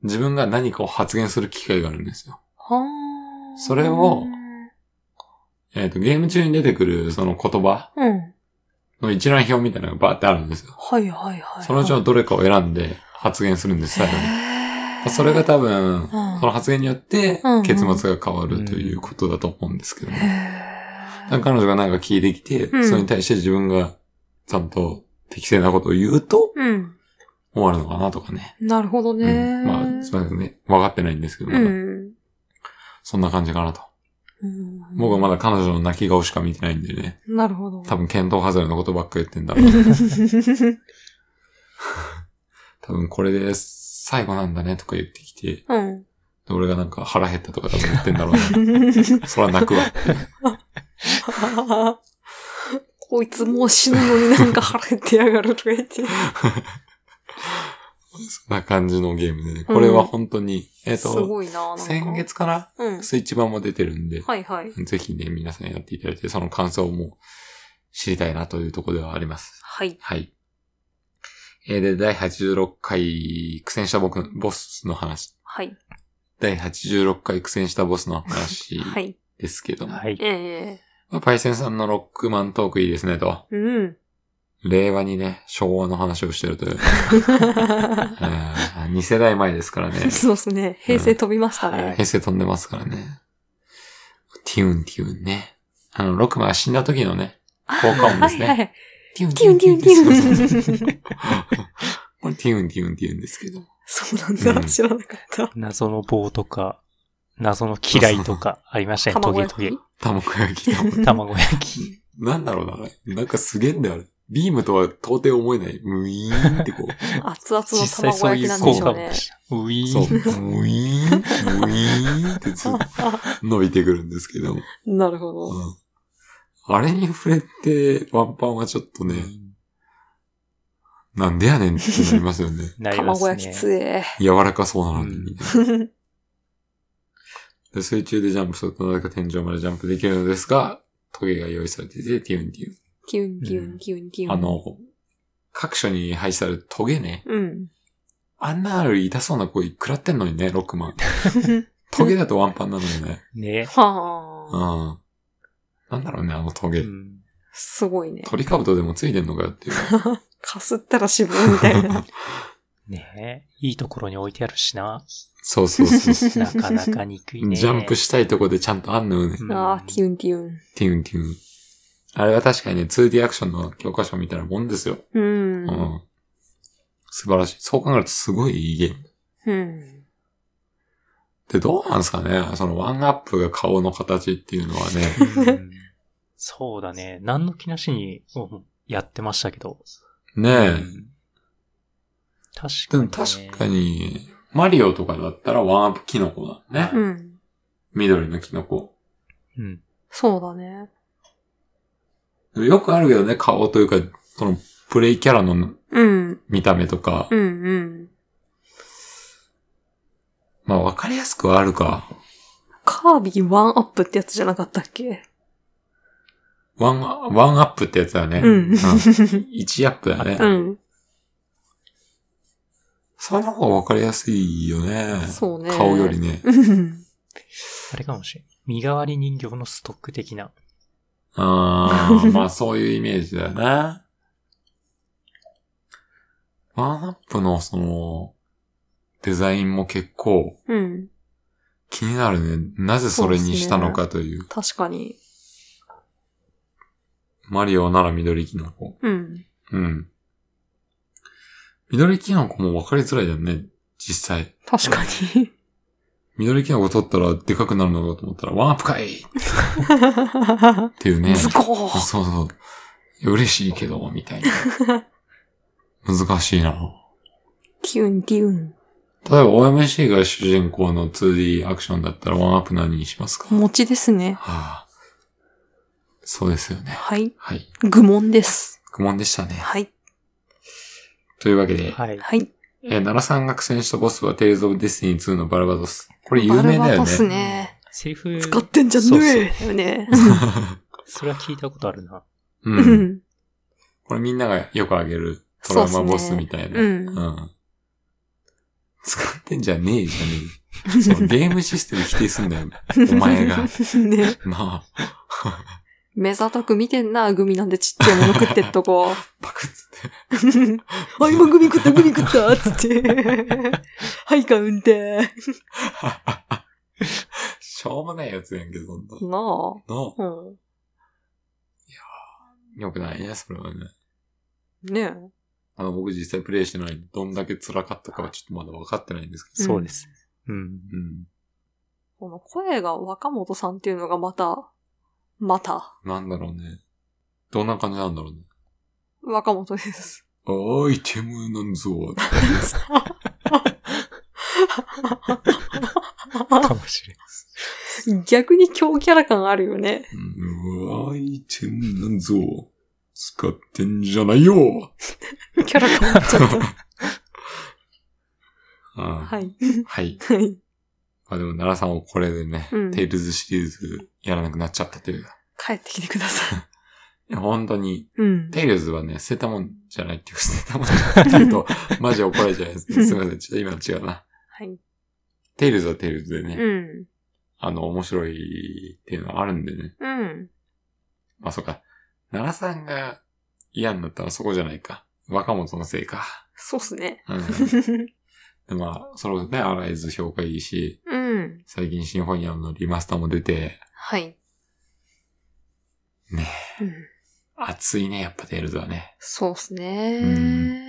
自分が何かを発言する機会があるんですよ。はあ。それをえっ、と、ゲーム中に出てくるその言葉うん。の一覧表みたいなのがバーってあるんですよ。はいはいはい。そのうちのどれかを選んで発言するんです、最後に。へーそれが多分、その発言によってうんうん結末が変わるということだと思うんですけども。へなんーか彼女がなんか聞いてきて、うんそれに対して自分がちゃんと適正なことを言うとうん。終わるのかなとかね。なるほどねうん、まあ、すみませんね。分かってないんですけど、まだうん。そんな感じかなと。僕はまだ彼女の泣き顔しか見てないんでね。なるほど。多分、剣道外れのことばっか言ってんだろう。多分、これで最後なんだねとか言ってきて、うん。で俺がなんか腹減ったとか多分言ってんだろうな。そら泣くわ。 こいつもう死ぬのになんか腹減ってやがるとか言って。そんな感じのゲームでね。これは本当に、えっ、すと、ごいななんか先。月かなうん。スイッチ版も出てるんで、はいはい。ぜひね、皆さんやっていただいて、その感想も知りたいなというところではあります。はい。はい。えーで、第86回苦戦した僕の、ボスの話。はい。第86回苦戦したボスの話はい。ですけども。はい。ええまあパイセンさんのロックマントークいいですねと。うん。令和にね、昭和の話をしてるという。2世代前ですからね。 そうですね。平成飛びましたね。平成飛んでますからね。ティウンティウンね。あの、ロックマンが死んだ時のね、効果音ではすいね。はい。ティウンティウンティウンテ ィウ ン。これティウンティウンって言うんですけど。そうなんうんだ。知らなかった。謎の棒とか、謎の嫌いとかありましたね。ト卵ゲ焼トゲ。き卵焼きと。卵焼き。なんだろうな、あれ。なんかすげえんだよ、あれ。ビームとは到底思えない。ウィーンってこう。熱々の実際卵そう焼いきうなんで効し果ょうもねで。した。ウィそう。ウーィーン。ン、ウィーンってずっと伸びてくるんですけど。うん。なるほど。あれに触れて、ワンパンはちょっとね、なんでやねんってなりますよね。 なります卵ね。焼きつえ。柔らかそうなのに、うんみたいなで水中でジャンプするとなぜか天井までジャンプできるのですが、トゲが用意されていて、ティウンティウン。 キュンキュンキュンキュン。あ、の、各所に配置されるトゲね。 うん。あんなのより痛そうな声食らってんのにね、ロックマン。トゲだとワンパンなのに ね。ね。うんはあ。。なんだろうね、あのトゲ。うんすごいね。鳥かぶとでもついてんのかよって いう。かすったら渋いみたいな。ねいいところに置いてある しな。そうそうそうそ。なかなか憎いうね。ジャンプしたいとこでちゃんとあんのよね。うんああ、ティウンティウン。ティウンティウン。あれは確かにね、2D アクションの教科書みたいなもんですよ。うんう。ん。素晴らしい。そう考えるとすごいいいゲーム。うん。で、どうなんですかねそのワンアップが顔の形っていうのはね。うんそうだね。何の気なしにうんやってましたけど。ねえ。でも確かに、確か。に、マリオとかだったらワンアップキノコだうね。ん。緑のキノコ。うん。そうだね。でもよくあるけどね、顔というか、その、プレイキャラのうん。見た目とか。うんうん。まあ、わかりやすくはあるか。カービィワンアップってやつじゃなかったっけワン、ワンアップってやつだね。うん 1アップだね。うん。その方がわかりやすいよね。そうね顔よりね。うん。あれかもしれん。身代わり人形のストック的な。あ あ、まあそういうイメージだよね。ワンアップのその、デザインも結構うん。気になるね。なぜそれにしたのかという。確かに。マリオなら緑キノコ。うん。うん。緑キノコも分かりづらいじゃんね。実際。確か に。緑キノコ取ったらでかくなるのかと思ったら、ワンアップかいっていう ね。ズコあーそうそう。いや嬉しいけど、みたいな。 難しいな。ティウンティウン。例えば OMC が主人公の 2D アクションだったらワンアップ何にしますか、は餅ですね。あ、そうですよね。はい。はい。愚問です。愚問でしたね。はい。というわけで、はい。はい。えー奈良さんが苦戦したボスはテイルズ・オブ・デスティニー2のバルバドス。これ有名バだルバよトスね。ね。セリフ、使ってんじゃそうそうねえだよね。それは聞いたことあるな。う。うん ん。これみんながよくあげるトラウマボスみたいな。そうっすねうんん使ってんじゃねえじゃねえ。そのゲームシステム否定すんだよ。 お前が。 ね。なあ、目ざとく見てんな、グミなんでちっちゃいもの食ってっとこう。パクッつって。 あ、今グミ食った、グミ食ったつって。はい、カウンテー。しょうもないやつやんけ、そんな。なあ。の、うん。よくないね、それはね。ねえ。あの、僕実際プレイしてないんで、どんだけ辛かったかはちょっとまだ分かってないんですけど。そうです。うん。うん。この声が若本さんっていうのがまた、また、なんだろうね。どんな感じなんだろうね。若本です。アイテムなんぞ。かもしれん。 逆に強キャラ感あるよね。うんアイテムなんぞ。使ってんじゃないよ。キャラ感あっちゃった。は。はいい。はい。はい。まあでも、奈良さんをこれでね、うんテイルズシリーズやらなくなっちゃったというか。帰ってきてください。いや本当に、うん。テイルズはね、捨てたもんじゃないっていうか、捨てたもんじゃないって言うと、マジ怒られちゃうやつ。すいません、ちょっと今違うな。はい。テイルズはテイルズでね、うん。あの、面白いっていうのはあるんでね。うん。まあそうか。奈良さんが嫌になったらそこじゃないか。若本のせいか。そうっす ね。うん。でまあ、それね、アライズ評価いいし、うん。最近シンフォニアムのリマスターも出て、はい。ねえ。うん。熱いね、やっぱテイルズはね。そうっすね。うん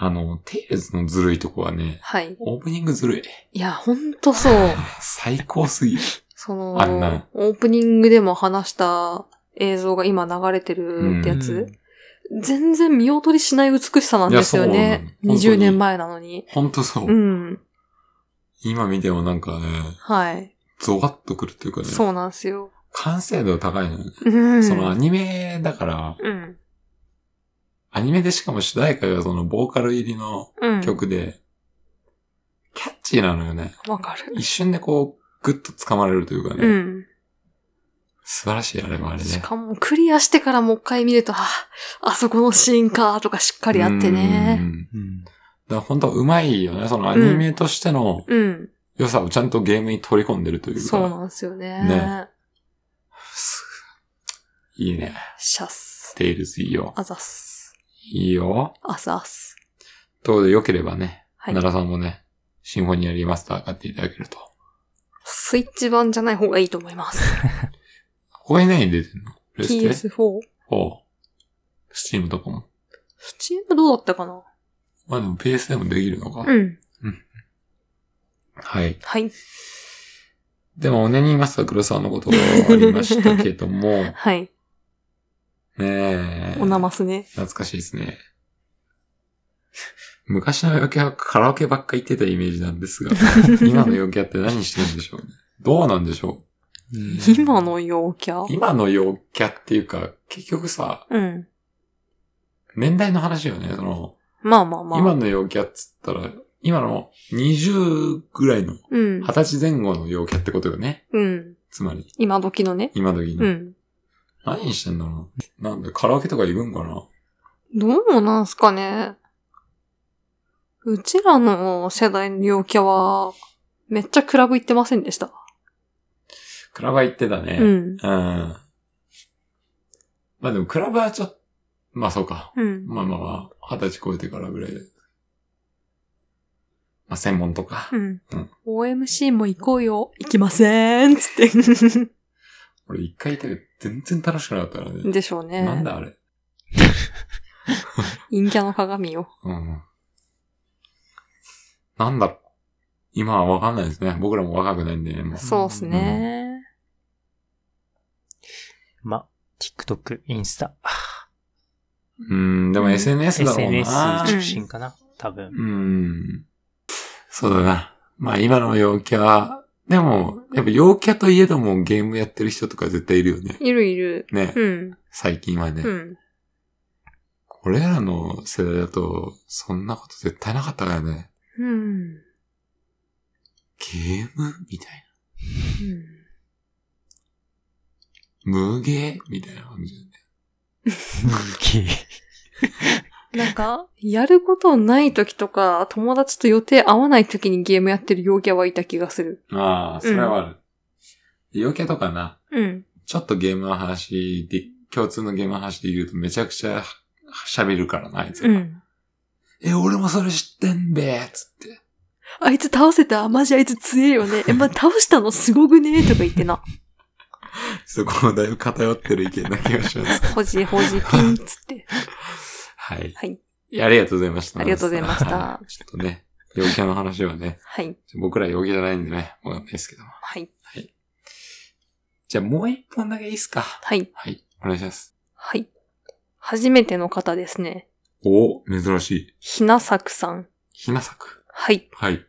あの、テイルズのずるいとこはね、はい。オープニングずるい。いや、ほんとそう。最高すぎる。そあんなの、オープニングでも話した映像が今流れてるってやつ、全然見劣りしない美しさなんですよいやそうなのね。本当に20年前なのに。ほんとそう。うん。今見てもなんかね、はい。ゾワッとくるというかね、そうなんですよ。完成度高いのよね。うん。そのアニメだから、うん。アニメでしかも主題歌がそのボーカル入りのうん。曲で、キャッチーなのよね。わかる。一瞬でこう、ぐっと掴まれるというかね、うん。素晴らしいあれもあれねし。かも、クリアしてからもう一回見ると、あ、あそこのシーンか、とかしっかりあってうね。ん。だから本当うまいよね。そのアニメとしてのうん。良さをちゃんとゲームに取り込んでるというか。そうなんですよね。ねすいいね。シャッス。テイルズいいよ。あざっす。いいよ。あざっす。ということで良ければね、はい。奈良さんもね、シンフォニアリマスター買っていただけると。スイッチ版じゃない方がいいと思います。ここに何出てんのプレステ PS4。 ?4。スチームとかも。スチームどうだったかなまあでも PS でもできるのか。うん。はい。はい。でも、おねにいました黒沢のことがありましたけど も、ねはい。え。おなますね。懐かしいですね。昔の陽キャはカラオケばっか行ってたイメージなんです が、今の陽キャって何してるんでしょうね。どうなんでしょうん今の陽キャう今の陽キャっていうか、結局さ、うん。年代の話よね。その、まあまあまあ。今の陽キャっつったら、今の20ぐらいの、うん20。歳前後の陽キャってことよね。うん。つまり、今時のね。今時の。うん。何してんだろうな。なんだ、カラオケとか行くんかなどうなんすかね。うちらの世代の陽キャは、めっちゃクラブ行ってませんでした。クラブは行ってたね。うん。うんまあでも、クラブはちょっと、まあそうか。うん。まあまあまあ、二十歳超えてからぐらいで。まあ専門とか。うんうん。 OMC も行こうよ。行きませんつって。 俺一回行ったけど、全然楽しくなかったからね。でしょうね。なんだあれ。陰キャの鏡よ。うん。なんだ今はわかんないですね。僕らも若くないんでね。もうそうっすね。ま、TikTok、インスタ、うん、でも SNS だろう SNS な。中心かな多分。うん。そうだな。まあ今の陽キャ、でも、やっぱ陽キャといえどもゲームやってる人とか絶対いるよね。いるいる。ね、うん。最近はね。うん。俺らの世代だと、そんなこと絶対なかったからね。うん。ゲームみたいな。無ゲーみたいな感じだね。人気。なんか、 やることない時とか、友達と予定合わない時にゲームやってる陽キャはいた気がする。ああ、それはある。陽キャとかな、うん。ちょっとゲームの話で、共通のゲームの話で言うとめちゃくちゃ喋るからな、あいつうら。ん。え、俺もそれ知ってんべーつって。あいつ倒せたマジあいつ強えよ ね。え、ま、倒したのすごくねとか言ってな。そこもだいぶ偏ってる意見な気がします。ほじほ じピンっつって。 はい。はい。いやありがとうございました。ありがとうございまし たはいちょっとね、陽キャの話はね、はい。僕ら陽キャじゃないんでね、わかんないですけども。はい。じゃあもう一本だけいいっすか。はい。はい、お願いします。はい。初めての方ですね。お珍しい。ひなさくさん。ひなさく。はい。はい。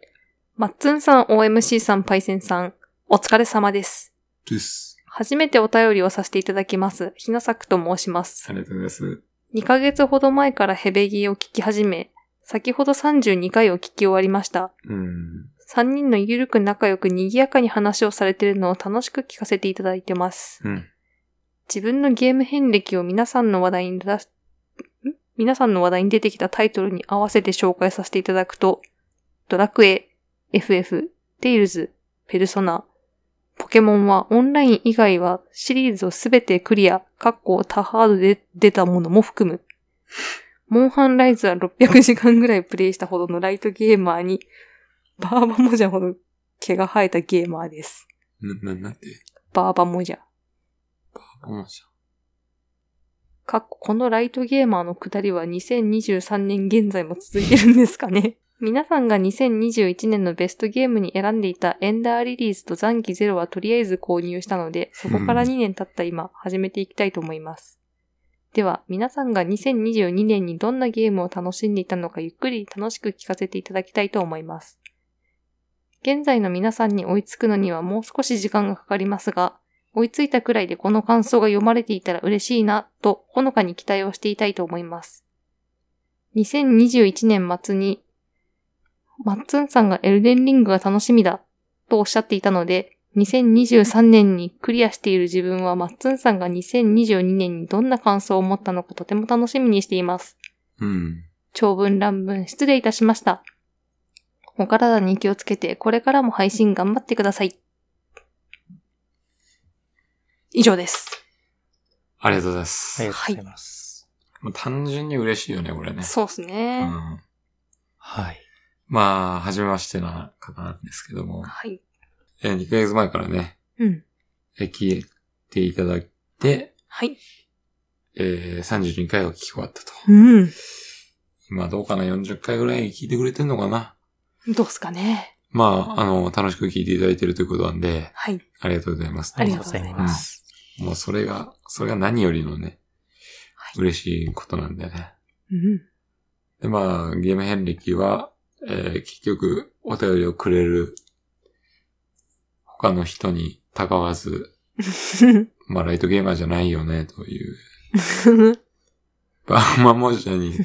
まっつんさん、OMC さん、パイセンさん。お疲れ様です。です。初めてお便りをさせていただきます。ひなさくと申しますあ。りがとうございます。 2ヶ月ほど前からヘベギーを聞き始め、先ほど32回を聞き終わりました。うん。 3人のゆるく仲良く賑やかに話をされてるのを楽しく聞かせていただいてます。うん。自分のゲーム遍歴を皆さんの話題に出す、ん皆さんの話題に出てきたタイトルに合わせて紹介させていただくと、ドラクエ、FF、テイルズ、ペルソナ、ポケモンはオンライン以外はシリーズをすべてクリア、カッコ他ハードで出たものも含む。モンハンライズは600時間ぐらいプレイしたほどのライトゲーマーに、バーバモジャほど毛が生えたゲーマーです。な、な、なんて。バーバモジャ。あ、思いましかっここのライトゲーマーのくだりは2023年現在も続いてるんですかね 皆さんが2021年のベストゲームに選んでいたエンダーリリースと残機ゼロはとりあえず購入したので、そこから2年経った今、始めていきたいと思います。では、皆さんが2022年にどんなゲームを楽しんでいたのかゆっくり楽しく聞かせていただきたいと思います。現在の皆さんに追いつくのにはもう少し時間がかかりますが、追いついたくらいでこの感想が読まれていたら嬉しいな、とほのかに期待をしていたいと思います。2021年末に、マッツンさんがエルデンリングが楽しみだ、とおっしゃっていたので、2023年にクリアしている自分はマッツンさんが2022年にどんな感想を持ったのかとても楽しみにしています。た。うん。長文乱文失礼いたしました。お体に気をつけて、これからも配信頑張ってください。以上です。ありがとうございまありす。がとうございます。もう単純に嬉しいよね、これね。そうですうね。ん。はい。まあ、はじめましてな方なんですけども、はい。えー、2ヶ月前からね、うん。えー聞いていただいて、はい。えー、32回を聞き終わったと。うん。今どうかな ?40 回ぐらい聞いてくれてんのかなどうっすかね。まあ、あの、楽しく聞いていただいてるということなんで、はい。ありがとうございます。ありがとうございます。もうそれが、それが何よりのね、はい。嬉しいことなんだよね。うん。 で、まあ、ゲーム遍歴は、えー結局、お便りをくれる、他の人にたがわず、まあ、ライトゲーマーじゃないよね、という、バーマモジャに、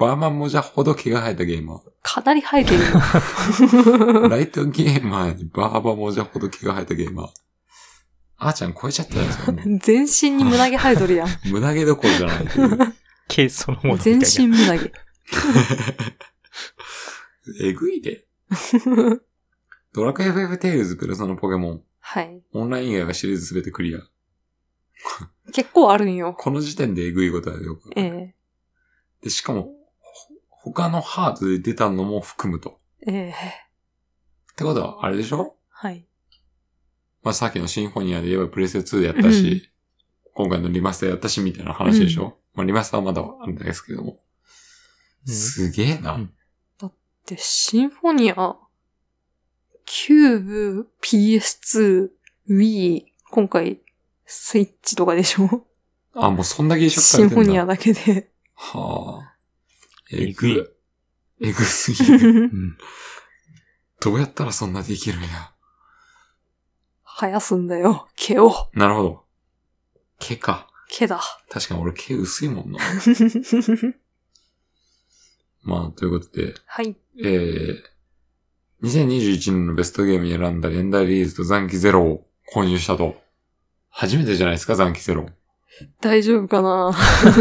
バーマモジャほど毛が生えたゲーマかなり生えてる よ。ー。ライトゲーマーにバーマモジャほど毛が生えたゲーマー。あーちゃん超えちゃったんですよ。も全身に胸毛生え とるやん。う胸毛どころじゃないという。ケースそのものみたい全な。身胸毛。 えぐいで。ドラクエ FF テイルズペルソナポケモン。はい。オンライン以外はシリーズすべてクリア。結構あるんよ。この時点でえぐいことはよく。ええで、しかも、ほ他のハードで出たのも含むと。ええってことは、あれでしょはい。まあ、さっきのシンフォニアで言えばプレステ2やったし、今回のリマスターやったし、みたいな話でしょ、まあ、リマスターはまだあるんですけども。うんすげえな。うんで、シンフォニア、キューブ、PS2、Wii、今回、スイッチとかでしょあ、もうそんだけ移植さシれンてフんォだ。ニアだけで。 はあ。ええぐぐいい。えぐすぎ る。うん。どうやったらそんなできるんや。生やすんだよ。毛を。なるほど。毛か。毛だ。 確かに俺毛薄いもんな。まあ、ということで、はい。えー、2021年のベストゲームに選んだエンダーリリースと残機ゼロを購入したと。初めてじゃないですか、残機ゼロ。大丈夫かな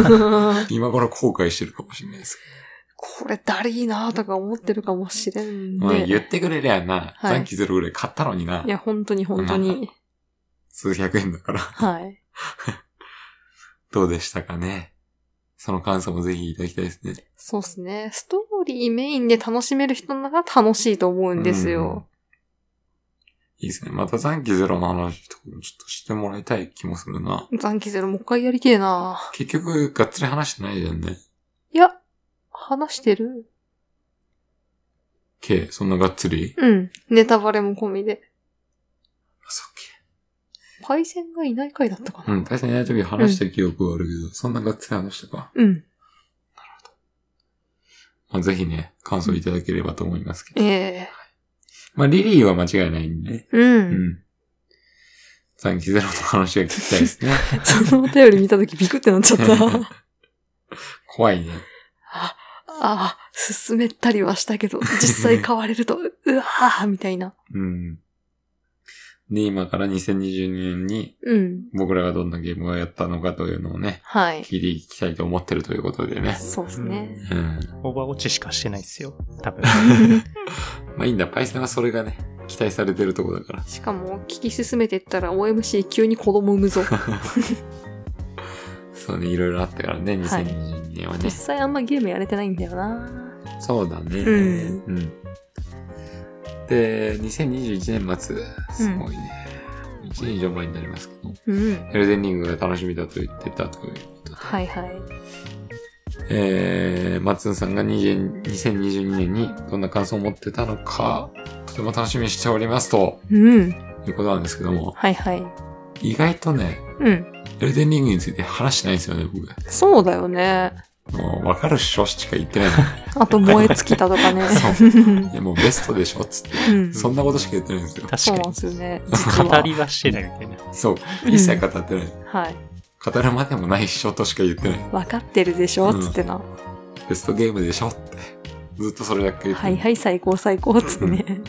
今から後悔してるかもしれないですこれだりーなーとか思ってるかもしれんけね。ど。まあ、言ってくれりゃな、はい、残機ゼロぐらい買ったのにないや、本当に本当に。数百円だから。 はい。どうでしたかね。その感想もぜひいただきたいですね。そうっすね。ストーリーメインで楽しめる人なら楽しいと思うんですよ。うん。いいですね。また残機ゼロの話とかもちょっとしてもらいたい気もするな。残機ゼロもう一回やりてえな結局、がっつり話してないじゃんね。いや、話してる系そんながっつりうん。ネタバレも込みで。そっパイセンがいない回だったかけ。うな。ん、対戦ない時話した記憶はあるけど、そんながっつり話したか。うん。まあ、ぜひね、感想いただければと思いますけど。ええまあ、リリーは間違いないんでね。うんう。ん。残機ゼロの話が聞きたいですね。そのお便り見たときビクってなっちゃった。あ怖いね。 あ、進めたりはしたけど、実際買われると、うわーみたいな。うん。で、今から2020年にうん。僕らがどんなゲームをやったのかというのをね、はい。聞いていきたいと思ってるということでね。そうですね。うんうん。オーバーウォッチしかしてないですよ。多分。まあいいんだ、パイセンはそれがね、期待されてるとこだから。しかも、聞き進めてったら OMC 急に子供産む ぞ。そうね、いろいろあったからね、2020年はね。実際あんまゲームやれてないんだよなそうだね。うんうん。で、2021年末、すごいね。1年以上前になりますけど、うん。エルデンリングが楽しみだと言ってたということで。はいはい。えー、松野さんが20 2022年にどんな感想を持ってたのか、とても楽しみにしておりますとうん。いうことなんですけども、はいはい。意外とね、うん。エルデンリングについて話してないんですよね、僕。そうだよね。もう、わかるっしょしか言ってない の。あと燃え尽きたとかね。そういや、もうベストでしょっつって。ん。そんなことしか言ってないんですよ。確そうなんかですよね。実に。語は。りはしてないみたいな。そう。一切語ってない。はい。語るまでもないっしょとしか言ってない。わかってるでしょつってな。ベストゲームでしょって。ずっとそれだけ言ってはるいはい、最高最高っつってね。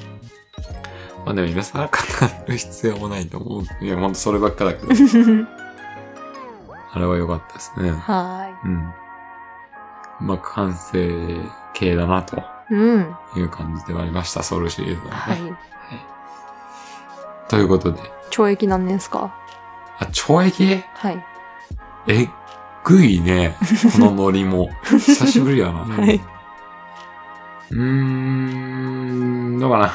まあでも今更語る必要もないと思う。いや、ほんとそればっかだけど。あれは良かったですね。はうん。まあ、完成形だな、とーい。うん。いう感じではありました、ソウルシリーズはね。はい。ということで、懲役何年ですかあ、懲役はい。えっぐいね、このノリも。久しぶりやな。ははい。うーん、どうかな。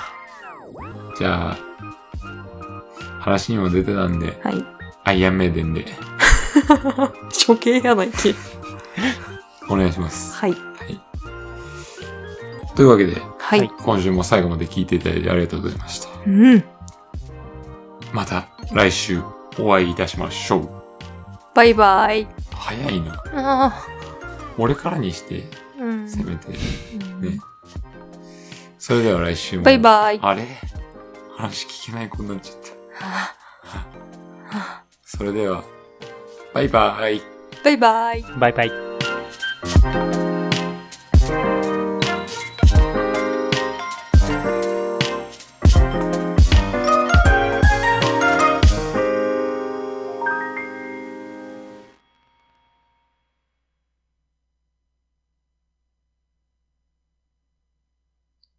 じゃあ、話にも出てたんで、はい。アイアンメイデンで、処刑やないけ。お願いします。はい。というわけで、ははいい。今週も最後まで聞いていただいてありがとうございました。うん。また来週お会いいたしましょう。バイバイ。早いな。あ俺からにして、あ。うん。せめて。うんそれでは来週も。バイバイ。あれ話聞けない子になっちゃった。それでは、バイバイ。バイバイ。バイバイ。